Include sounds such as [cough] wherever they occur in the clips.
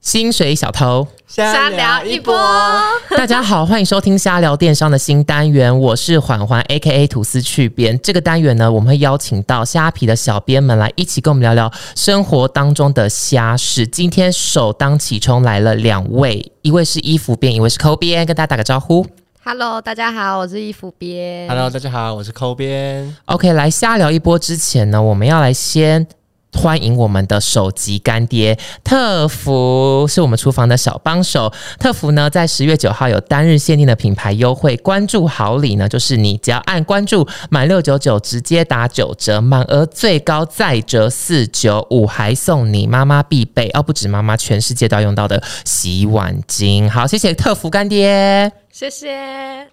薪水小偷，瞎聊一波，大家好，欢迎收听瞎聊电商的新单元，我是缓缓 A K A 吐司去边。这个单元呢，我们会邀请到虾皮的小编们来一起跟我们聊聊生活当中的虾事。今天首当其冲来了两位，一位是衣服编，一位是抠编，跟大家打个招呼。 Hello，大家好，我是衣服编。 Hello，大家好，我是抠边。 OK，来瞎聊一波之前呢，我们要来先。欢迎我们的首席干爹特福，是我们厨房的小帮手。特福呢，在十月九号有单日限定的品牌优惠，关注好礼呢，就是你只要按关注满六九九直接打九折，满额最高再折四九五，还送你妈妈必备哦，不止妈妈，全世界都要用到的洗碗巾。好，谢谢特福干爹。谢谢。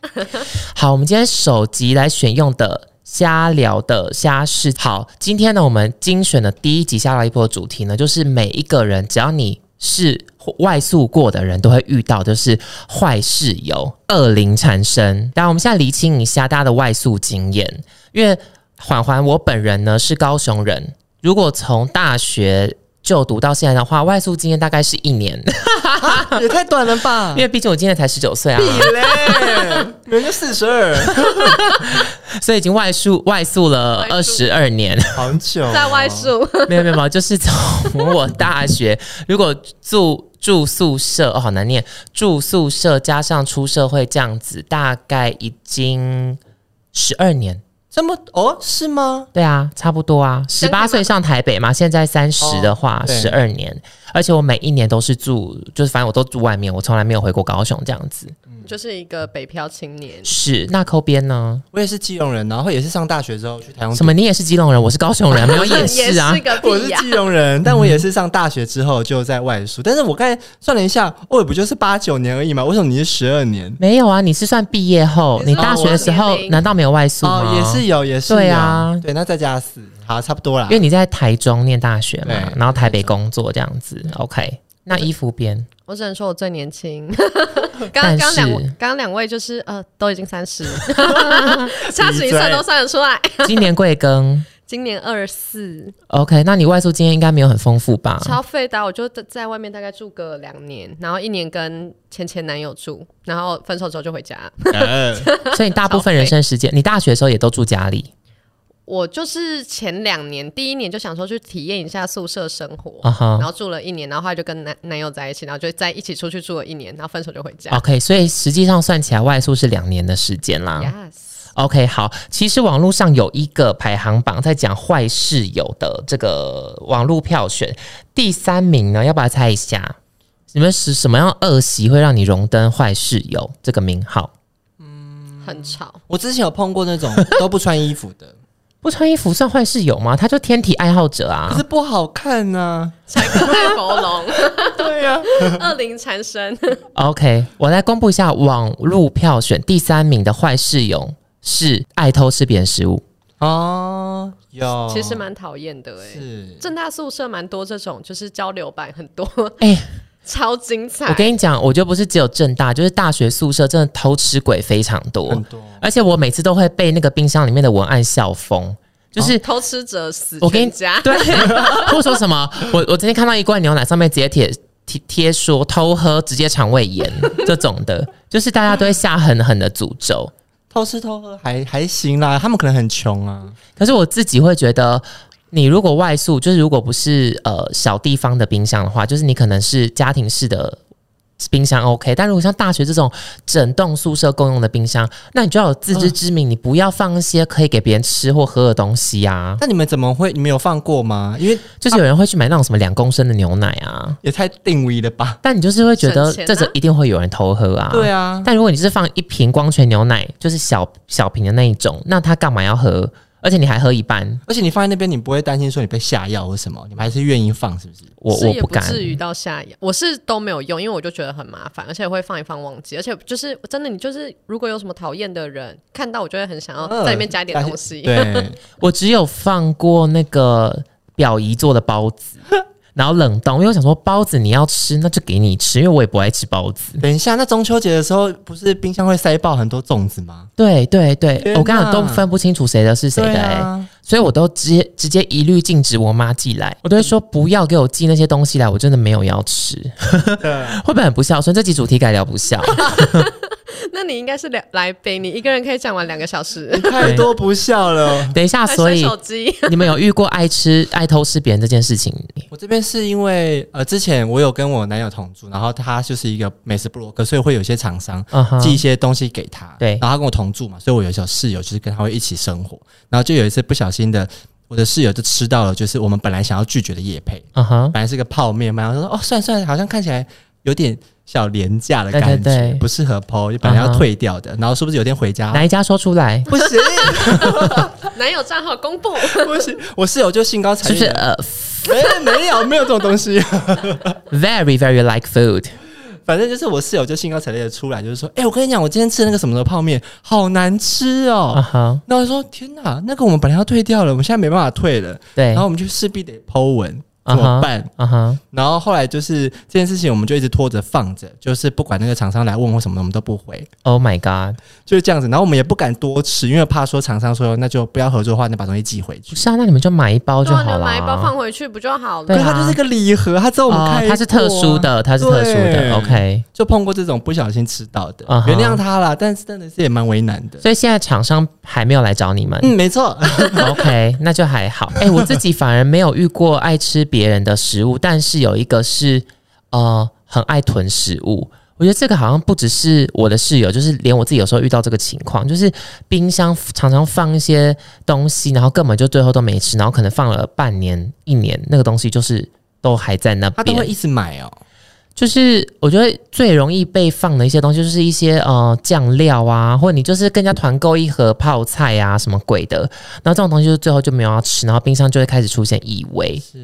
好，我们今天首集来选用的瞎聊的瞎事。好，今天呢，我们精选的第一集瞎聊一波的主题呢，就是每一个人，只要你是外宿过的人，都会遇到，就是坏室友、恶灵缠身。当然，我们现在厘清一下大家的外宿经验，因为缓缓我本人呢是高雄人，如果从大学。就读到现在的话，外宿经验大概是一年，也太短了吧因？为毕竟我今年才十九岁啊。屁嘞，人家四十二，所以已经外宿外宿了二外宿十二年，好久哦在外。宿， [laughs] 没有没有没有，就是从我大学 [laughs] 如果住住宿舍哦，好难念，住宿舍加上出社会这样子，大概已经十二年。这么哦？是吗？对啊，差不多啊，十真的吗八岁上台北嘛，现在三十的话哦，对十二、年，而且我每一年都是住，就是反正我都住外面，我从来没有回过高雄这样子。就是一个北漂青年。，是，那扣边呢？我也是基隆人，然后也是上大学之后去台中什。么？你也是基隆人，我是高雄人，没有也是啊 [laughs] 个我是屁呀、基隆人，但我也是上大学之后就在外宿。但是我刚才算了一下，我也不就是八九年而已嘛，为什么你是十二年？没有啊，你是算毕业后，你你是大学的时候我年龄难道没有外宿吗？哦，也是有，也是有对啊对，那再加四，好，差不多啦因。为你在台中念大学嘛对，然后台北工作这样子，OK。那衣服边我只能说我最年 [laughs] 轻。但刚刚两是刚刚两位就是呃，都已经三 [laughs] 十，掐指一算都算得出来。今年贵庚今年二十四， ？OK，那你外宿经验应该没有很丰富吧？超废的啊。我就在外面大概住个两年，然后一年跟前前男友住，然后分手之后就回家。呃 [laughs] 所以你大部分人生时间，你大学的时候也都住家里我就是前两年，第一年就想说去体验一下宿舍生活，啊哈然后住了一年，然后后来就跟男男友在一起，然后就在一起出去住了一年，然后分手就回家。 ？OK，所以实际上算起来，外宿是两年的时间啦。 Yes， OK，好，其实网络上有一个排行榜在讲坏室友的这个网络票选，第三名呢，要不要猜一下？你们是什么样的恶习会让你荣登坏室友这个名号？嗯很吵， [laughs] 我之前有碰过那种都不穿衣服的，不穿衣服算坏室友吗？他就天体爱好者可啊是。不好看啊呐、才可爱 [laughs] 佛龙，对啊呀、恶灵缠身。哦 OK，我来公布一下网路票选第三名的坏室友是爱偷吃别人食物。哦，有，其实蛮讨厌的哎、是正大宿舍蛮多这种，就是交流版很多，哎 [laughs] 超精彩。我跟你讲，我觉得不是只有正大，就是大学宿舍真的偷吃鬼非常多很，多。而且我每次都会被那个冰箱里面的文案笑疯， [laughs] 就是。偷吃者死我跟你全家，对， [laughs] 或者说什么？我我今天看到一罐牛奶上面直接贴贴贴说偷喝直接肠胃炎这种的，就是大家都会下狠狠的诅咒。偷吃偷喝还还行啦，他们可能很穷啊。可是我自己会觉得，你如果外宿，就是如果不是呃小地方的冰箱的话，就是你可能是家庭式的冰箱 OK，但如果像大学这种整栋宿舍共用的冰箱，那你就要有自知之明，你不要放一些可以给别人吃或喝的东西啊。那你们怎么会？你们有放过吗？因为就是有人会去买那种什么两公升的牛奶啊，也太定位了吧？但你就是会觉得省钱啊这这一定会有人偷喝啊。对啊，但如果你是放一瓶光泉牛奶，就是小小瓶的那一种，那他干嘛要喝？而且你还喝一半，而且你放在那边，你不会担心说你被下药或什么，你们还是愿意放，是不是？我是我也不敢。至于到下药，我是都没有用，因为我就觉得很麻烦，而且会放一放忘记，而且就是真的，你就是如果有什么讨厌的人看到，我就会很想要嗯在里面加一点东西。对，我只有放过那个表姨做的包子， [laughs] 然后冷冻，因为我想说包子你要吃，那就给你吃，因为我也不爱吃包子。等一下，那中秋节的时候不是冰箱会塞爆很多粽子吗？对对对，天我跟你讲哪都分不清楚谁的是谁的、对欸，啊，所以我都直接直接一律禁止我妈寄来，我都会说不要给我寄那些东西来，我真的没有要吃， [laughs] 会不会很不孝顺？这集主题改聊不 [laughs] 孝， [laughs] 那你应该是两来杯，你一个人可以讲完两个小时，太多不 [laughs] 孝了。等一 [laughs] 下，还啊所摔以手机。你们有遇过爱吃爱偷吃别人这件事情？我这边是因为呃，之前我有跟我男友同住，然后他就是一个美食部落格，所以会有一些厂商嗯哼寄一些东西给他，对然后他跟我同住嘛，所以我有一小室友就是跟他会一起生活，然后就有一次不小心的，我的室友就吃到了，就是我们本来想要拒绝的夜配，嗯哼，本来是个泡面嘛，然后说哦算了算了，好像看起来有点小廉价的感觉，对对对嗯不适合 PO，就本来要嗯哼退掉的，然后是不是有天回家哪一家说出来？不行男友账号 [laughs] 公布，不行，我室友就兴高采是烈不是地，呃没没有没有这种东西。 [laughs] ，very very like food？反正就是我室友就兴高采烈的出来，就是说，哎、我跟你讲，我今天吃的那个什么的泡面好难吃嗯啊哦。哼，那我就说，天哪，那个我们本来要退掉了，我们现在没办法退了，对然后，我们就势必得剖文。哎啊怎哈么办嗯哼，然后后来就是这件事情，我们就一直拖着放着，就是不管那个厂商来问或什么的，我们都不回， Oh my god！就是这样子。然后我们也不敢多吃，因为怕说厂商说那就不要合作的话，那把东西寄回不去。是啊，那你们就买一包就对好啊，你了。买一包放回去不就好对可啊是了？它就是一个礼盒，它知道我们哦开、，它是特殊，的，它是特殊对的。OK，就碰过这种不小心吃到的啊哈原谅他啦。但是真的是也蛮为难的。所以现在厂商还没有来找你们。嗯，没错。 OK，那就还好。哎、我自己反而没有遇过爱吃别人的食物，但是有一个是呃很爱囤食物。我觉得这个好像不只是我的室友，就是连我自己有时候遇到这个情况，就是冰箱常常放一些东西，然后根本就最后都没吃，然后可能放了半年、一年，那个东西就是都还在那他都会边。一直买哦。就是我觉得最容易被放的一些东西，就是一些呃酱料啊，或者你就是跟人家团购一盒泡菜啊什么鬼的，然后这种东西就是最后就没有要吃，然后冰箱就会开始出现异味。是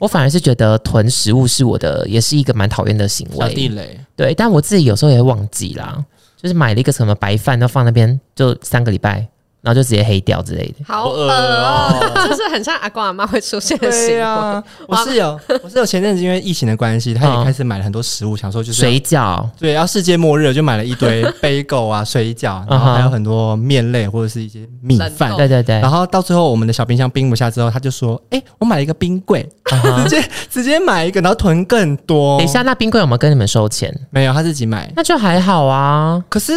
我反而是觉得囤食物是我的，也是一个蛮讨厌的行小地为。雷，对，但我自己有时候也会忘记啦，就是买了一个什么白饭，然后放那边就三个礼拜，然后就直接黑掉之类的。好恶好啊恶哦， [laughs] 就是很像阿公阿妈会 [laughs] 出现的行对呀、为。我室友，我室友前阵子因为疫情的关系，他嗯也开始买了很多食物，想说就是要哦水饺，对，要世界末日了就买了一堆 [laughs] 杯狗啊、水饺，然后还有很多面类或者是一些米冷饭冻。对对嗯对，然后到最后，我们的小冰箱冰不下之后，他就说：“哎、我买了一个冰柜，啊哈 [laughs] 直接直接买一个，然后囤更多。”等一下，，那冰柜有没有跟你们收钱？没有，他自己买。那就还好啊。可是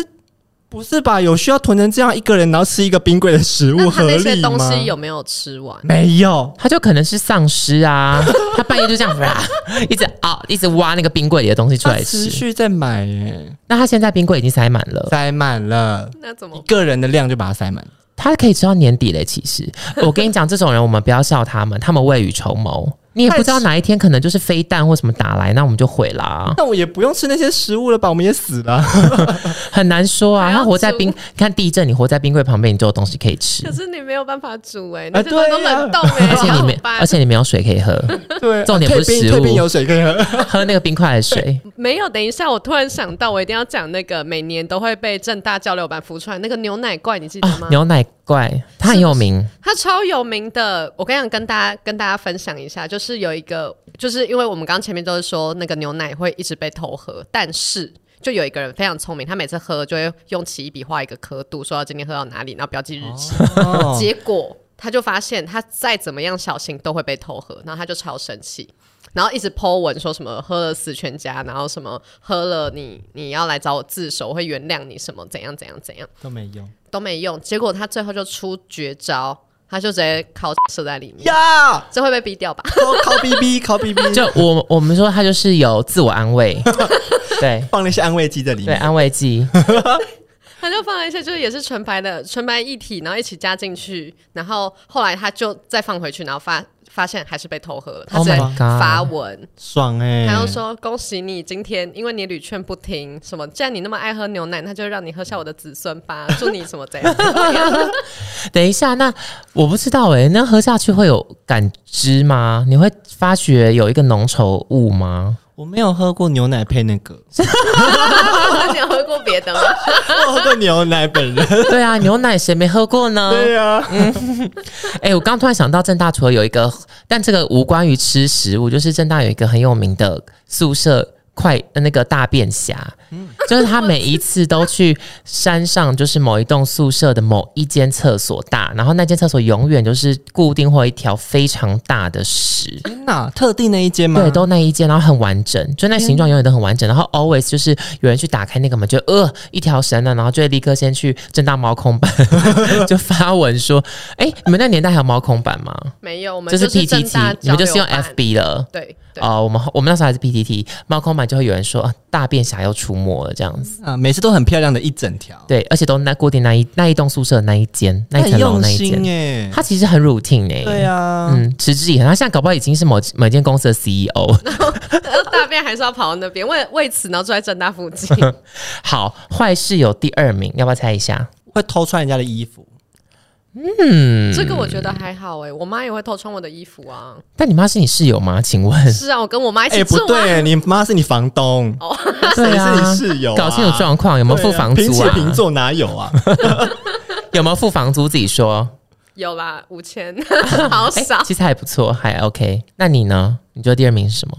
不是吧？有需要囤成这样一个人，然后吃一个冰柜的食物那他合理那吗？些东西有没有吃完？没有？他就可能是丧尸 [laughs] 啊，他半夜就这样啦，一直啊，一直挖那个冰柜里的东西出他来持吃。续在买、耶那他现在冰柜已经塞满了，塞满了。那怎一么？个人的量就把它塞满。他可以吃到年底嘞。其 [laughs] 实，我跟你讲，这种人我们不要笑他们，他们未雨绸缪。你也不知道哪一天可能就是飞弹或什么打来，那我们就毁啊啦、那我也不用吃那些食物了吧？我们也死了。 [laughs] 很难说啊。还要他活在煮冰，你看地震，你活在冰柜旁边，你就有东西可以吃可，是你没有办法煮哎，啊那些东西都对啊冷冻哎，而且你怎么没，办而且你没有水可 [laughs] 以喝，对，重点不退是冰食物退冰有水可以喝。喝那个冰块的水。没有，等一下，我突然想到，我一定要讲那个每年都会被正大交流版浮出来那个牛奶怪，你记得啊吗？，牛奶怪，它很有名。它超有名的。我跟你讲，跟大家跟大家分享一下，就是有一个，就是因为我们刚刚前面都是说那个牛奶会一直被偷喝，但是。就有一个人非常聪明，他每次喝就会用起一笔画一个刻度，说要今天喝到哪里，然后标记日期。哦哦 [laughs] 结果他就发现他再怎么样小心都会被偷喝，然后他就超生气，然后一直 Po 文说什么喝了死全家，然后什么喝了你你要来找我自首，我会原谅你什么怎样怎样怎样都没用都没用。结果他最后就出绝招，他就直接烤射在里面，呀！这会被逼掉吧？靠靠 BB，靠 BB， [laughs] 就我我们说，它就是有自我安 [laughs] 慰，对放了一些安慰剂在里对，啊面。安慰剂。 [laughs] [laughs] 他就放了一些就是也是纯白的纯白一体，然后一起加进去，然后后来他就再放回去，然后发发现还是被偷喝了，他 Oh 直接 my god 嗯发文。爽哎、他又说：“恭喜你，今天因为你屡劝不听，什么既然你那么爱喝牛奶，那就让你喝下我的子孙吧，祝你什么 [laughs] 怎样？等一下，那我不知道哎、那喝下去会有感知吗？你会发觉有一个浓稠物吗？我没有喝过牛奶配那 [laughs] 个，那你有喝过别的吗？我喝过牛奶本人。对啊，牛奶谁没喝过呢？对啊呀、哎、我刚突然想到，正大除了有一个，但这个无关于吃食物，就是正大有一个很有名的宿舍快呃那个大便侠，就是他每一次都去山上，就是某一栋宿舍的某一间厕所大，然后那间厕所永远就是固定会有一条非常大的屎。天哪，特定那一间吗？对，都那一间，然后很完整，就那形状永远都很完整。然后 always 就是有人去打开那个门，就呃一条绳呢，然后就会立刻先去正大猫空板 [laughs] 就发文说：“哎、你们那年代还有猫空板吗？没有，我们就是 PTT，你们就是用 FB 了。”对对，哦，我们我们那时候还是 PTT，猫空板就会有人说啊，大便侠又出没了这样子，啊，每次都很漂亮的一整条，对，而且都那固定那一那一栋宿舍那一间那一很层楼用那一心间，哎、他其实很 routine 哎、对啊，嗯，持之以恒，他现在搞不好已经是某某间公司的 E CEO。然后 [laughs] 大便还是要跑到那边，为为此然后住在正大附近，好，坏室友第二名，要不要猜一下？会偷穿人家的衣服，嗯这个我觉得还好哎、我妈也会偷穿我的衣服啊。但你妈是你室友吗？请问？是啊，我跟我妈一哎、起不住啊。对，你妈是你房东，对谁啊，是你室友啊搞清楚状况，有没有付房平租起啊？平坐哪有 [laughs] 啊？有没有付房租？自己说。有啦，五千， [laughs] 好哎、少。其实还不错，还 OK。那你呢？你觉得第二名是什么？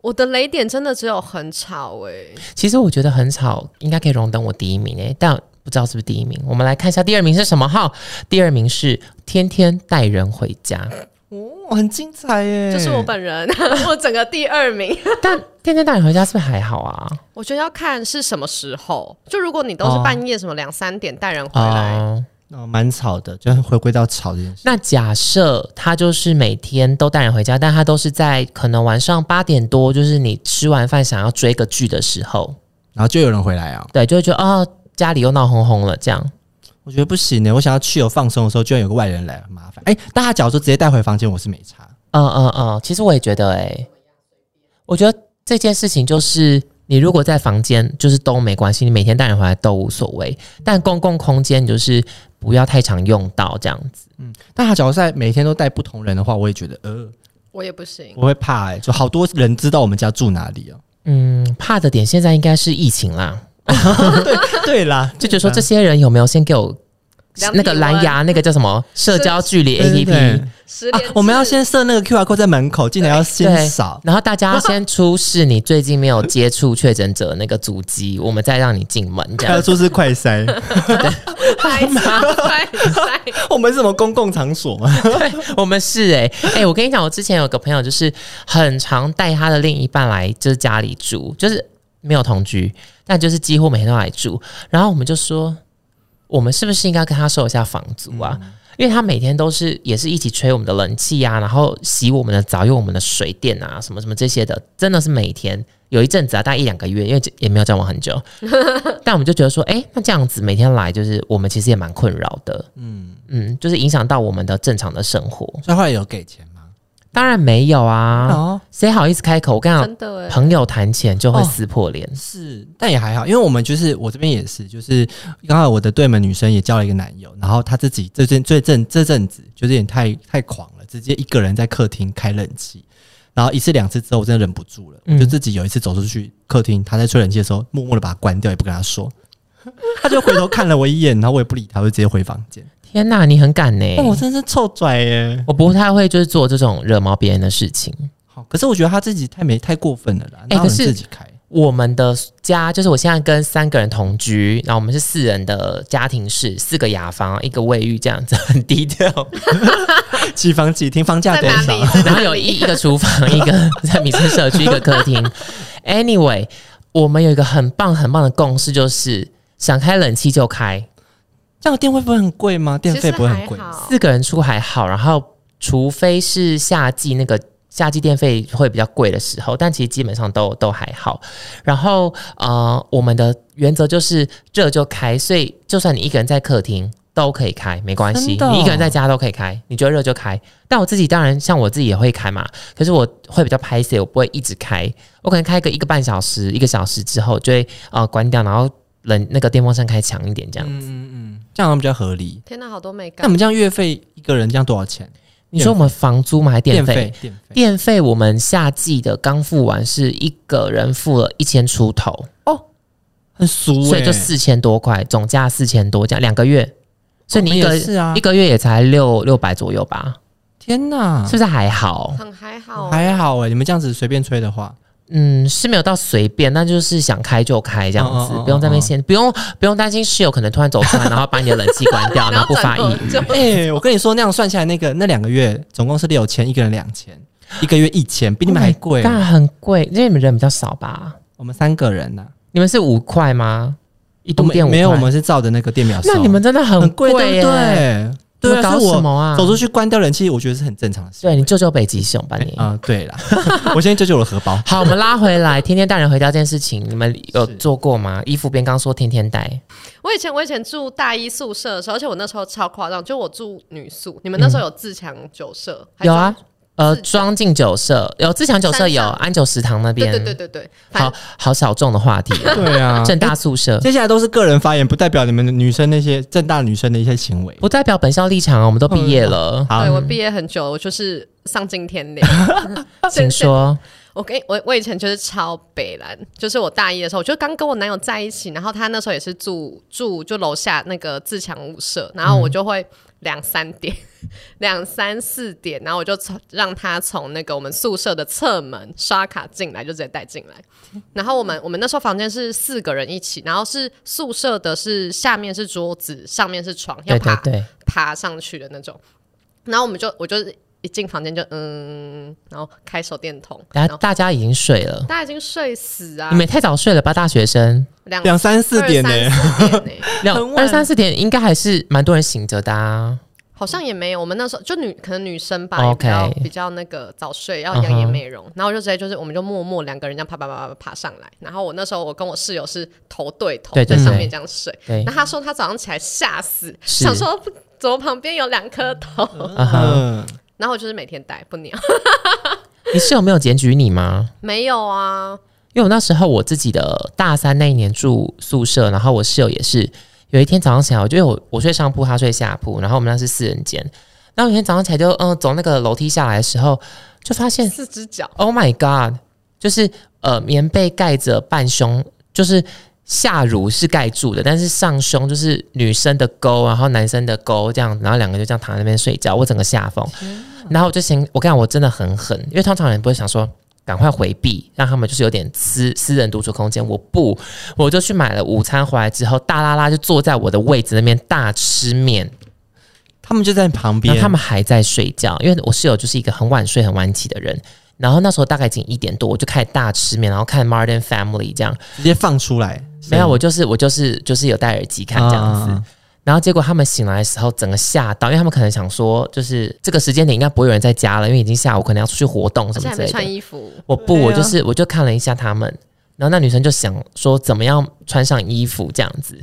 我的雷点真的只有很吵哎、其实我觉得很吵，应该可以荣登我第一名诶、但不知道是不是第一名。我们来看一下第二名是什么号？第二名是天天带人回家，哦，很精彩耶！就是我 [laughs] 本人，我整个第二名。但天天带人回家是不是还好啊？我觉得要看是什么时候，就如果你都是哦半夜什么两三点带人回来，哦、哦，蛮吵的，就是回归到吵这件事。那假设他就是每天都带人回家，但他都是在可能晚上八点多，就是你吃完饭想要追个剧的时候，然后就有人回来啊、对，就会觉得哦，家里又闹哄哄了这样。我觉得不行呢。我想要去有哦放松的时候，居然有个外人来，麻烦。哎、大家假如说直接带回房间，我是没差。嗯嗯嗯，其实我也觉得、欸，哎，我觉得这件事情就是你如果在房间就是都没关系，你每天带人回来都无所谓，但公共空间就是不要太常用到这样子。但他假如在每天都带不同人的话，我也觉得呃，我也不行。我会怕哎、就好多人知道我们家住哪 [laughs] 里哦、嗯，怕的点现在应该是疫情啦，对啦，就觉得说这些人有没有先给我量体那个蓝牙那个叫什么社交距离对对 APP，对十啊点、，我们要先设那个 QR code 在门口，进来要先对 [laughs] 扫。然后大家先出示你最近没有接触确诊者那个足迹，我们再让你进门这还有样。说是快筛，拍拍拍， [laughs] 我们是什么公共场所吗？ [laughs] 我们是哎、欸、哎、我跟你讲，我之前有个朋友就是很常带他的另一半来，就是家里住，就是没有同居，但就是几乎每天都来住。然后我们就说，我们是不是应该跟他收一下房租啊？因为他每天都是也是一起吹我们的冷气啊，然后洗我们的澡，用我们的水电啊，什么什么这些的，真的是每天有一阵子啊，大概一两个月，因为这也没有交往很久，但我们就觉得说，哎、那这样子每天来，就是我们其实也蛮困扰的，嗯嗯，就是影响到我们的正常的生活。所以后来有给钱吗？当然没有啊，哦，谁好意思开口？我嗯跟你讲，真的哎、朋友谈钱就会撕破脸，是，但也还好，因为我们就是我这边也是，就是刚好我的对门女生也交了一个男友，然后她自己这阵最阵这阵子就是有点太太狂了，直接一个人在客厅开冷气，然后一次两次之后我真的忍不住了，嗯我就自己有一次走出去客厅，她在吹冷气的时候，默默的把它关掉，也不跟她说，她就回头看了我一眼，然后我也不理她，我就直接回房间。天哪，你很敢呢、哦，我真是臭拽耶！我不太会就是做这种惹毛别人的事情。好，可是我觉得她自己太没太过分了啦，哎那、可能是自己开。 [laughs] 我们的家就是我现在跟三个人同居，然后我们是四人的家庭式，四个雅房，一个卫浴，这样子很低 [laughs] 调。几房几厅，房价在多哪少里？？在然哪后有一里？一个厨房，一个 [laughs] 在民生社区，一个客厅。Anyway，我们有一个很棒很棒的共识，就是想开冷气就开，这样电费不会很贵吗？电其费实不会很还贵吗？好，四个人出还好，然后除非是夏季那个夏季电费会比较贵的时候，但其实基本上都都还好。然后呃，我们的原则就是热就开，所以就算你一个人在客厅。都可以开，没关系。真的哦你一个人在家都可以开，你觉得热就开。但我自己当然像我自己也会开嘛，可是我会比较拍摄，我不会一直开，我可能开个一个半小时、一个小时之后就会呃关掉，然后冷那个电风扇开强一点这样。嗯嗯嗯，这样好像比较合理。天哪，好多美那我感。们这样月费一个人这样多少钱？你说我们房租吗？还是电电费？费电费电费我们夏季的刚付完，是一个人付了一千出头，很俗、欸，所以就四千多块，总价四千多，这样两个月，所以你一我个们也是啊一个月也才六六百左右吧，天哪是，不是还好？很还好啊，嗯还好哎、你们这样子随便吹的话，嗯，是没有到随便，但就是想开就开这样嗯嗯子，嗯嗯不用在那边嗯先，不用不用担心室友可能突然走出来，然后把你的冷气关掉，然后不发转意头。就 [laughs] 哎、我跟你说，那样算下来，那个那两个月总共是六千，一个人两千，一个月一千，比你们还贵。当然很贵，因为你们人比较少吧？我们三个人呐、啊你们是五块吗？一我度们电五没有，我块们是照着那个电表收。那你们真的很很贵，对耶不对？对啊，搞所以我什么啊走出去关掉冷气，我觉得是很正常的事。对你救救北极熊吧你。啊、对啦， [laughs] 我先救救我的荷 [laughs] 包。好，我们拉回来，天天带人回家这件事情，你们有是做过吗？衣服边刚说天天带，我以前我以前住大一宿舍的时候，而且我那时候超夸张，就我住女宿，你们那时候有自强酒舍？还有啊装，呃，自装进酒社有，自强酒社山有，上安九食堂那对边，对对对对，反好好小众的话题，对啊，正大宿舍。接下来都是个人发言，不代表你们女生那些正大女生的一些行为。不代表本校立场啊，我们都毕业了，好对，我毕业很久，我就是丧尽天良。嗯请 [laughs] 说。我跟我我以前就是超北蓝，就是我大一的时候，我就刚跟我男友在一起，然后他那时候也是住住就楼下那个自强舞社，然后我嗯就会两三点、 [laughs] 两三四点，然后我就从让他从那个我们宿舍的侧门刷卡进来，就直接带进来。然后我们我们那时候房间是四个人一起，然后是宿舍的是下面是桌子，上面是床，要对对爬对，爬上去的那种。然后我们就我就是一进房间就嗯，然后开手电筒，然然后后大家已经睡了，大家已经睡死啊你，们也太早睡了吧？大学生两两三四点呢、二三四 [laughs] 点呢、两很晚二三四点应该还是蛮多人醒着的啊。好像也没有。我们那时候就女可能女生吧 OK 嗯也比较比较那个早睡，要养眼美容。然后就直接就是我们就默默两个人这样爬爬爬爬爬上来。然后我那时候我跟我室友是头对头对对在上面对这样睡。对那，他说他早上起来吓死，是想说怎么旁边有两颗头。啊哈，嗯，然后我就是每天戴不鸟，你室友没有检举你吗？ [laughs] 没有啊，因为我那时候我自己的大三那一年住宿舍，然后我室友也是，有一天早上起来，我就有我睡上铺，他睡下铺，然后我们那是四人间。然后有一天早上起来就嗯、呃走那个楼梯下来的时候，就发现四只脚。 Oh my god！就是呃，棉被盖着半胸，就是下乳是盖住的，但是上胸就是女生的沟，然后男生的沟这样，然后两个就这样躺在那边睡觉，我整个吓疯。然后我就先，我跟你讲，我真的很狠，因为通常人不会想说。赶快回避，让他们就是有点私私人独处空间。我不，我就去买了午餐回来之后，大拉拉就坐在我的位置那边大吃面，他们就在旁然后边，他们还在睡觉，因为我室友就是一个很晚睡、很晚起的人。然后那时候大概已经一点多，我就开始大吃面，然后看《Martin Family》这样。直接放出来。没有，我就是我就是就是有戴耳机看这样子。啊然后结果他们醒来的时候，整个吓到，因为他们可能想说，就是这个时间点应该不会有人在家了，因为已经下午，可能要出去活动而什且么还之没类的穿。衣服，我不，对啊我就是我就看了一下他们，然后那女生就想说怎么样穿上衣服这样子，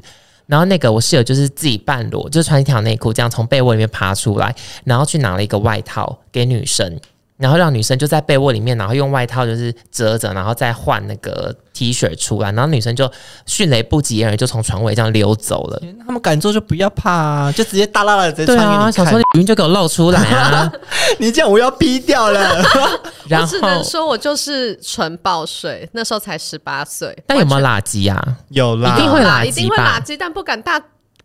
然后那个我室友就是自己半裸，就是穿一条内裤这样从被窝里面爬出来，然后去拿了一个外套给女生。然后让女生就在被窝里面，然后用外套就是遮着，然后再换那个 T 恤出来，然后女生就迅雷不及掩耳就从床尾这样溜走了。天他们敢做就不要怕啊，就直接大拉拉地直接对穿给你啊，看。想说你明明就给我露出来 [laughs] 啊，你这样我要逼掉了。然我只能后说我就是纯暴睡，那时候才十八岁。但有没有垃完圾啊？有啦，一定会垃圾吧一定会垃圾，但不敢大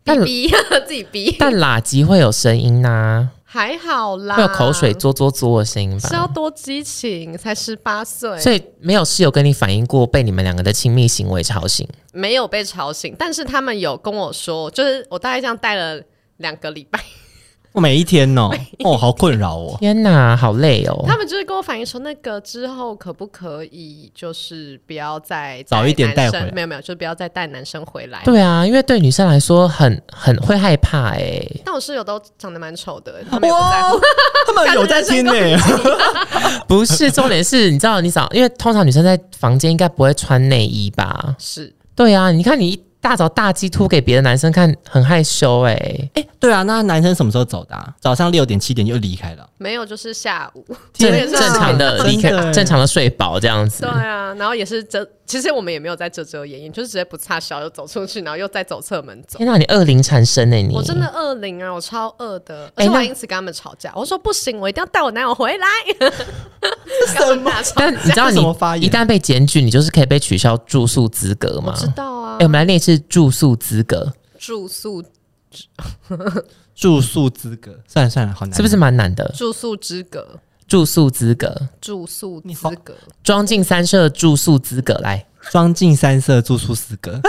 但逼 [laughs] 自己逼，但垃圾会有声音啊呐、还好啦。会有口水嘬嘬嘬的声音吧？是要多激情，才十八岁，所以没有室友跟你反映过被你们两个的亲密行为吵醒，没有被吵醒。但是他们有跟我说，就是我大概这样带了两个礼拜，哦我每一天哦，哦，好困扰哦。天哪，好累哦！他们就是跟我反映说，那个之后可不可以就是不要再早一点带男回来生，没有没有，就不要再带男生回来。对啊，因为对女生来说很很会害怕哎、但我室友都长得蛮丑的，他们也不在乎哇。，他们有在听呢、 [laughs] 不是，重点是，你知道你早，因为通常女生在房间应该不会穿内衣吧？是对啊，你看你一大早大鸡突给别的男生看，很害羞哎、对啊，那男生什么时候走的啊、早上六点七点就离开了。没有，就是下午。 [laughs] 正天哪正常的真离开的正常的睡饱这样子对。啊，然后也是遮，其实我们也没有在遮遮掩掩，就是直接不差小就走出去，然后又再走侧门走。天哪，你恶灵缠身哎、你 [laughs] 我真的恶灵啊，我超恶的，而哎且我还那因此跟他们吵架。我说不行，我一定要带我男友回来。 [laughs] 什 [laughs] 么？但你知道这是什么发你言一旦被检举，你就是可以被取消住宿资格我吗？知道啊哎、，我们来念一次住宿资格，住宿住宿资格，算了算了，好难，是不是？蛮难的？住宿资格，住宿资格，住宿你资好格，装进三社住宿资格来，装进三色住宿资格，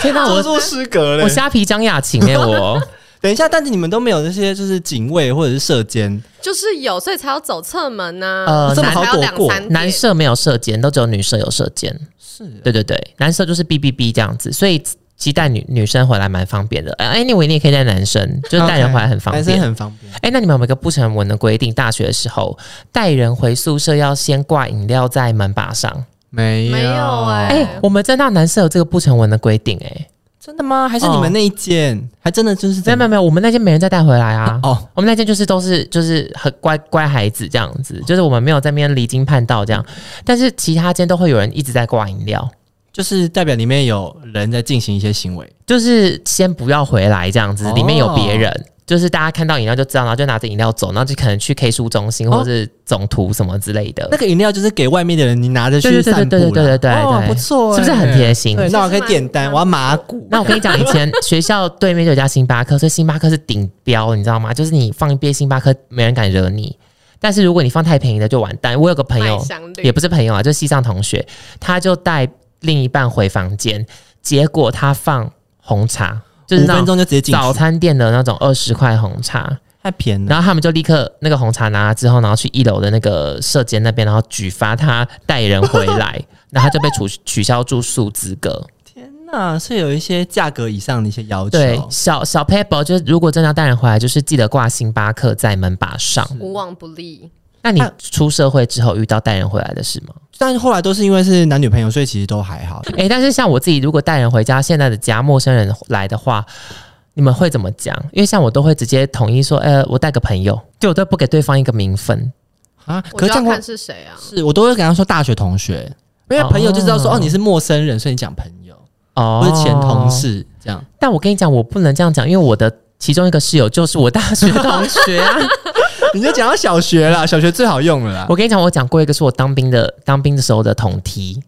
天哪，住我宿失格我嘞。虾皮张雅琴哎、 [laughs] 我等一下，但是你们都没有那些就是警卫或者是射监，就是有，所以才要走侧门啊呢。呃所以男才要两好躲过三点男社没有射箭，都只有女社有射箭。是啊对对对，男社就是 B B B 这样子，所以期待女女生回来蛮方便的。哎、a n y w a y 你也可以带男生，就是带人回来很方男便生。很方便。哎、那你们有没有一个不成文的规定？大学的时候带人回宿舍要先挂饮料在门把上。没没有哎哎、我们正大男社有这个不成文的规定、哎，真的吗？还是你们那一间？还真的就没是有没真的有没有，我们那间没人再带回来啊。哦，我们那间就是都是就是很乖乖孩子这样子，就是我们没有在那边离经叛道这样，但是其他间都会有人一直在挂饮料，就是代表里面有人在进行一些行为。就是先不要回来这样子，哦里面有别人。就是大家看到饮料就知道，然后就拿着饮料走，然后就可能去 K 书中心或哦者是总图什么之类的。那个饮料就是给外面的人，你拿着去对对对散步啦对对对对对哦对不错欸，是不是很贴心对，那我可以其实蛮点单，我要麻古。那我跟你讲，以 [laughs] 前学校对面就有一家星巴克，所以星巴克是顶标，你知道吗？就是你放一杯星巴克，没人敢惹你。但是如果你放太便宜的，就完蛋。我有个朋麦友，香绿也不是朋友啊，就是西藏同学，他就带另一半回房间，结果他放红茶，就是五那分种钟就直接进去，嗯早餐店的那种二十块红茶，太便宜了。然后他们就立刻那个红茶拿了之后，然后去一楼的那个社监那边，然后举发他带人回 [laughs] 来，然后他就被取取消住宿资格。天哪，是有一些价格以上的一些要求。对，小小 paper 就是如果真的要带人回来，就是记得挂星巴克在门把上。无往不利。那你啊出社会之后遇到带人回来的事吗？但是后来都是因为是男女朋友，所以其实都还好。诶、但是像我自己，如果带人回家，现在的家陌生人来的话，你们会怎么讲？因为像我都会直接统一说，呃，我带个朋友，就我都不给对方一个名分。啊，我可这就是要样看的是谁啊？是我都会跟他说大学同学，因为朋友就知道说哦哦你是陌生人，所以你讲朋友哦或是前同。事这 [laughs] 样。但我跟你讲，我不能这样讲，因为我的其中一个室友就是我大 [laughs] 学同学啊。你就讲到小学啦，小学最好用了啦，我跟你讲，我讲过一个是我当兵的当兵的时候的统题，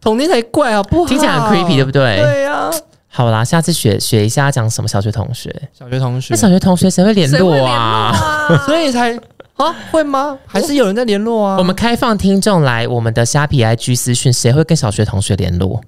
统天才怪好不好？听起来很 creepy，对不对？对啊，好啦，下次学学一下讲什么小学同学。小学同学那，小学同学谁会联谁会络联络啊？啊？所以才啊会吗？还是有人在联络啊？我们开放听众来我们的虾皮 IG 私讯，谁会跟小学同学联络？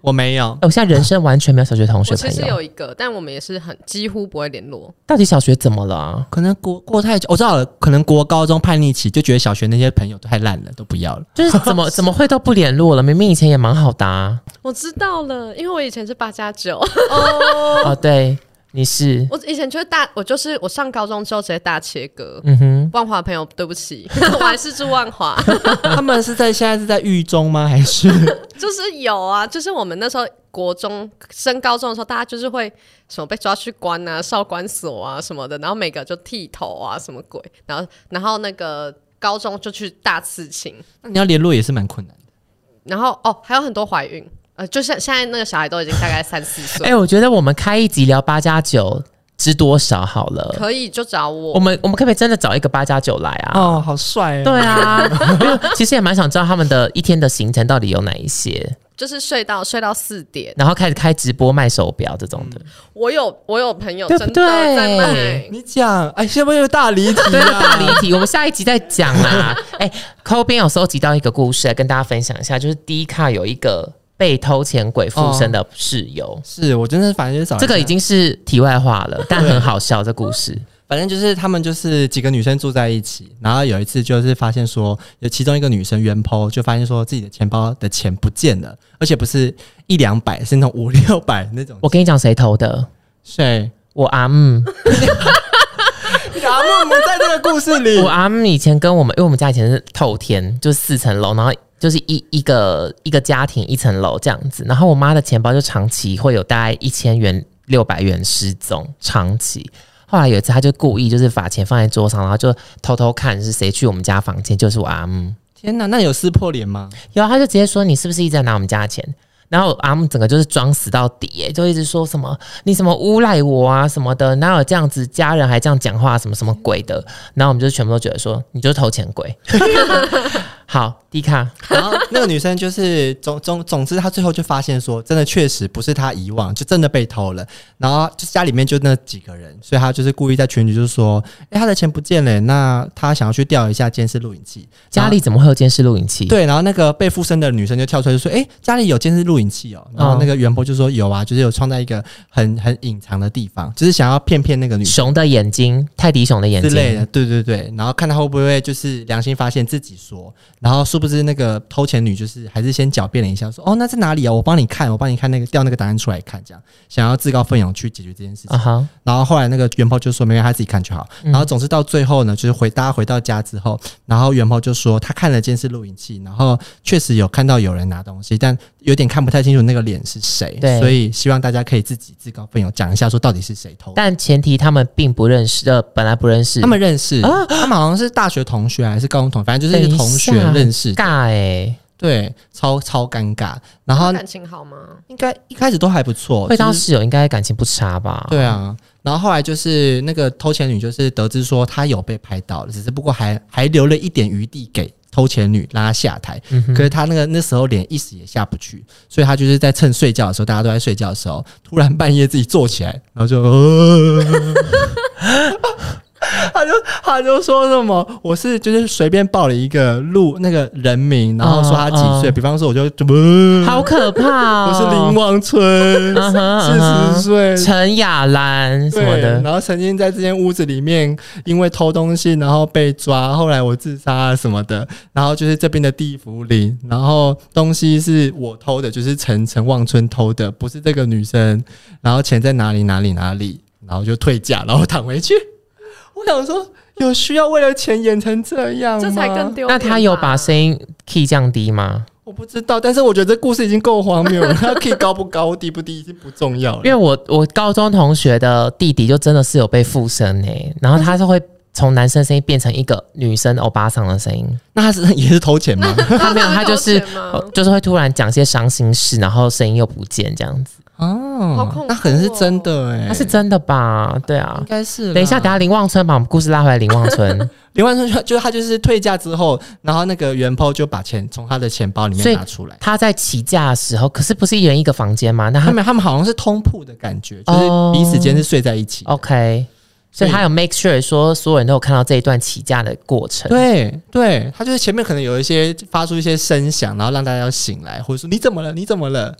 我没有哎，我现在人生完全没有小学同学我其朋实友。有一个，但我们也是很几乎不会联络。到底小学怎么了啊？可能国过太久，我知道了，可能国高中叛逆期就觉得小学那些朋友都太烂了，都不 [laughs] 要了。就是怎 [laughs] 么怎么会都不联络了？明明以前也蛮好的啊。我知道了，因为我以前是八 [laughs] 加九，哦，对，你是，我以前就是大，我就是我上高中之后直接大切割。嗯哼，万华朋友，对不起， [laughs] 我还是住 [laughs] 万华，他们是在现在是在狱中吗？还 [laughs] 是就是有啊，就是我们那时候国中升高中的时候，大家就是会什么被抓去关啊、少管所啊什么的，然后每个就剃头啊什么鬼，然后然后那个高中就去大刺青，那你要联络也是蛮困难的。然后哦还有很多怀孕，呃，就像现在那个小孩都已经大概三四哎、岁，我觉得我们开一集聊八加九知多少好了。可以就找我我，们我们可不可以真的找一个八加九来啊？哦，好帅哦！对啊，因为其实也蛮想知道他们的一天的行程到底有哪一些，就是睡到睡到四点。然后开始开直播卖手表这种的。我有我有朋友对真不的在对卖，你讲，哎，是不是有大离题对，大啊？离题， [laughs] 我们下一集再讲啦。 [laughs] 哎、扣边有收集到一个故事，跟大家分享一下，就是 D 卡有一个被偷钱鬼附身的室友，是我真的，反正就是找人这个家已经是题外话了，但很好笑。这故事反正就是他们就是几个女生住在一起，然后有一次就是发现说，有其中一个女生原 po 就发现说自己的钱包的钱不见了，而且不是一两百，是那种五六百那种。我跟你讲，谁偷的？ [laughs] 谁？我阿姆，然后我们在这个故事里我，阿姆以前跟我们，因为我们家以前是透天，就是四层楼，然后就是一一个一个家庭一层楼这样子。然后我妈的钱包就长期会有大概一千元、六百元失踪，长期。后来有一次，他就故意就是把钱放在桌上，然后就偷偷看是谁去我们家房间，就是我阿姆。天哪，那有撕破 [laughs] 脸吗？有啊，他就直接说你是不是一直在拿我们家的钱？然后阿木整个就是装死到底、欸，就一直说什么你什么诬赖我啊什么的，哪有这样子家人还这样讲话什么什么鬼的？然后我们就全部都觉得说你就是偷钱鬼。好，迪卡，然后那个女生就是总总总之，她最后就发现说，真的确实不是她遗忘，就真的被偷了。然后就家里面就那几个人，所以她就是故意在群里就是说，哎、她的钱不见了、那她想要去调一下监视录影器。家里怎么会有监视录影器？，对，然后那个被附身的女生就跳出来就说，哎、家里有监视录影器哦。然后那个袁博就说有啊，就是有放在一个很很隐藏的地方，就是想要骗骗那个女生。熊的眼睛，泰迪熊的眼之类睛。的，对对对，然后看他会不会就是良心发现自己说，然后殊不知那个偷钱女就是还是先狡辩了一下，说哦那在哪里啊？我帮你看，我帮你看那个调那个答案出来看，这样想要自告奋勇去解决这件事情。啊哈，然后后来那个元炮就说没关系，他自己看就好。然后总是到最后呢，就是回大家回到家之后，然后元炮就说他看了监视录影器，然后确实有看到有人拿东西，但有点看不太清楚那个脸是谁，对所以希望大家可以自己自告奋勇讲一下，说到底是谁偷的。但前提他们并不认识，呃，本来不认识。他们认识，他们好像是大学同学还是高中同学，反正啊就是一个同学等一下认识，尬哎、对，超超尴尬。然后感情好吗？应该一开始都还不错，会当就是室友应该感情不差吧？对啊。然后后来就是那个偷钱女，就是得知说她有被拍到了，只是不过还还留了一点余地给偷钱女，让她下台。嗯哼可是她那个那时候脸一时也下不去，所以她就是在趁睡觉的时候，大家都在睡觉的时候，突然半夜自己坐起来，然后就， [laughs] 呃、她就她就说什么我是就是随便报了一个路那个人名，然后说她几岁，嗯嗯比方说我就 [laughs] 怎么。好可怕 [laughs] 哦！我是林望春，嗯哼嗯哼四十岁，陈雅兰什么对，的然，后曾经在这间屋子里面，因为偷东西然后被抓，后来我自杀啊什么的，然后就是这边的地府里，然后东西是我偷的，就是陈陈望春偷的，不是这个女生，然后钱在哪里哪里哪里，然后就退价，然后躺回去。 [laughs] 我想说，有需要为了钱演成这样吗？这才更丢脸吧。那他有把声音 key 降低吗？我不知道，但是我觉得这故事已经够荒谬了，它可以高不高、低不低已经不重 [laughs] 要了因。为我我高中同学的弟弟就真的是有被附身诶、然后他是会从男生声音变成一个女生欧巴桑的声音，那他是也是偷钱吗？他没有，他 [laughs] 他就是有钱嗯吗呃就是会突然讲些伤心事，然后声音又不见这样子，哦， [laughs] 好恐怖那可能是真的哎、那是真的吧？对啊应。该是啦。等一下，等一下林望村把我们故事拉回来，林望 [laughs] 村，林万春就就他就是退价之后，然后那个袁抛就把钱从他的钱包里所以面拿出来。他在起价的时候，可是不是一人一个房间吗？那他他们他们好像是通铺的感觉，就是哦彼此间是睡在一起。 OK，所所以以他有 make sure 说所有人都有看到这一段起价的过程。，对对，他就是前面可能有一些发出一些声响，然后让大家要醒来，或者说你怎么了？你怎么了？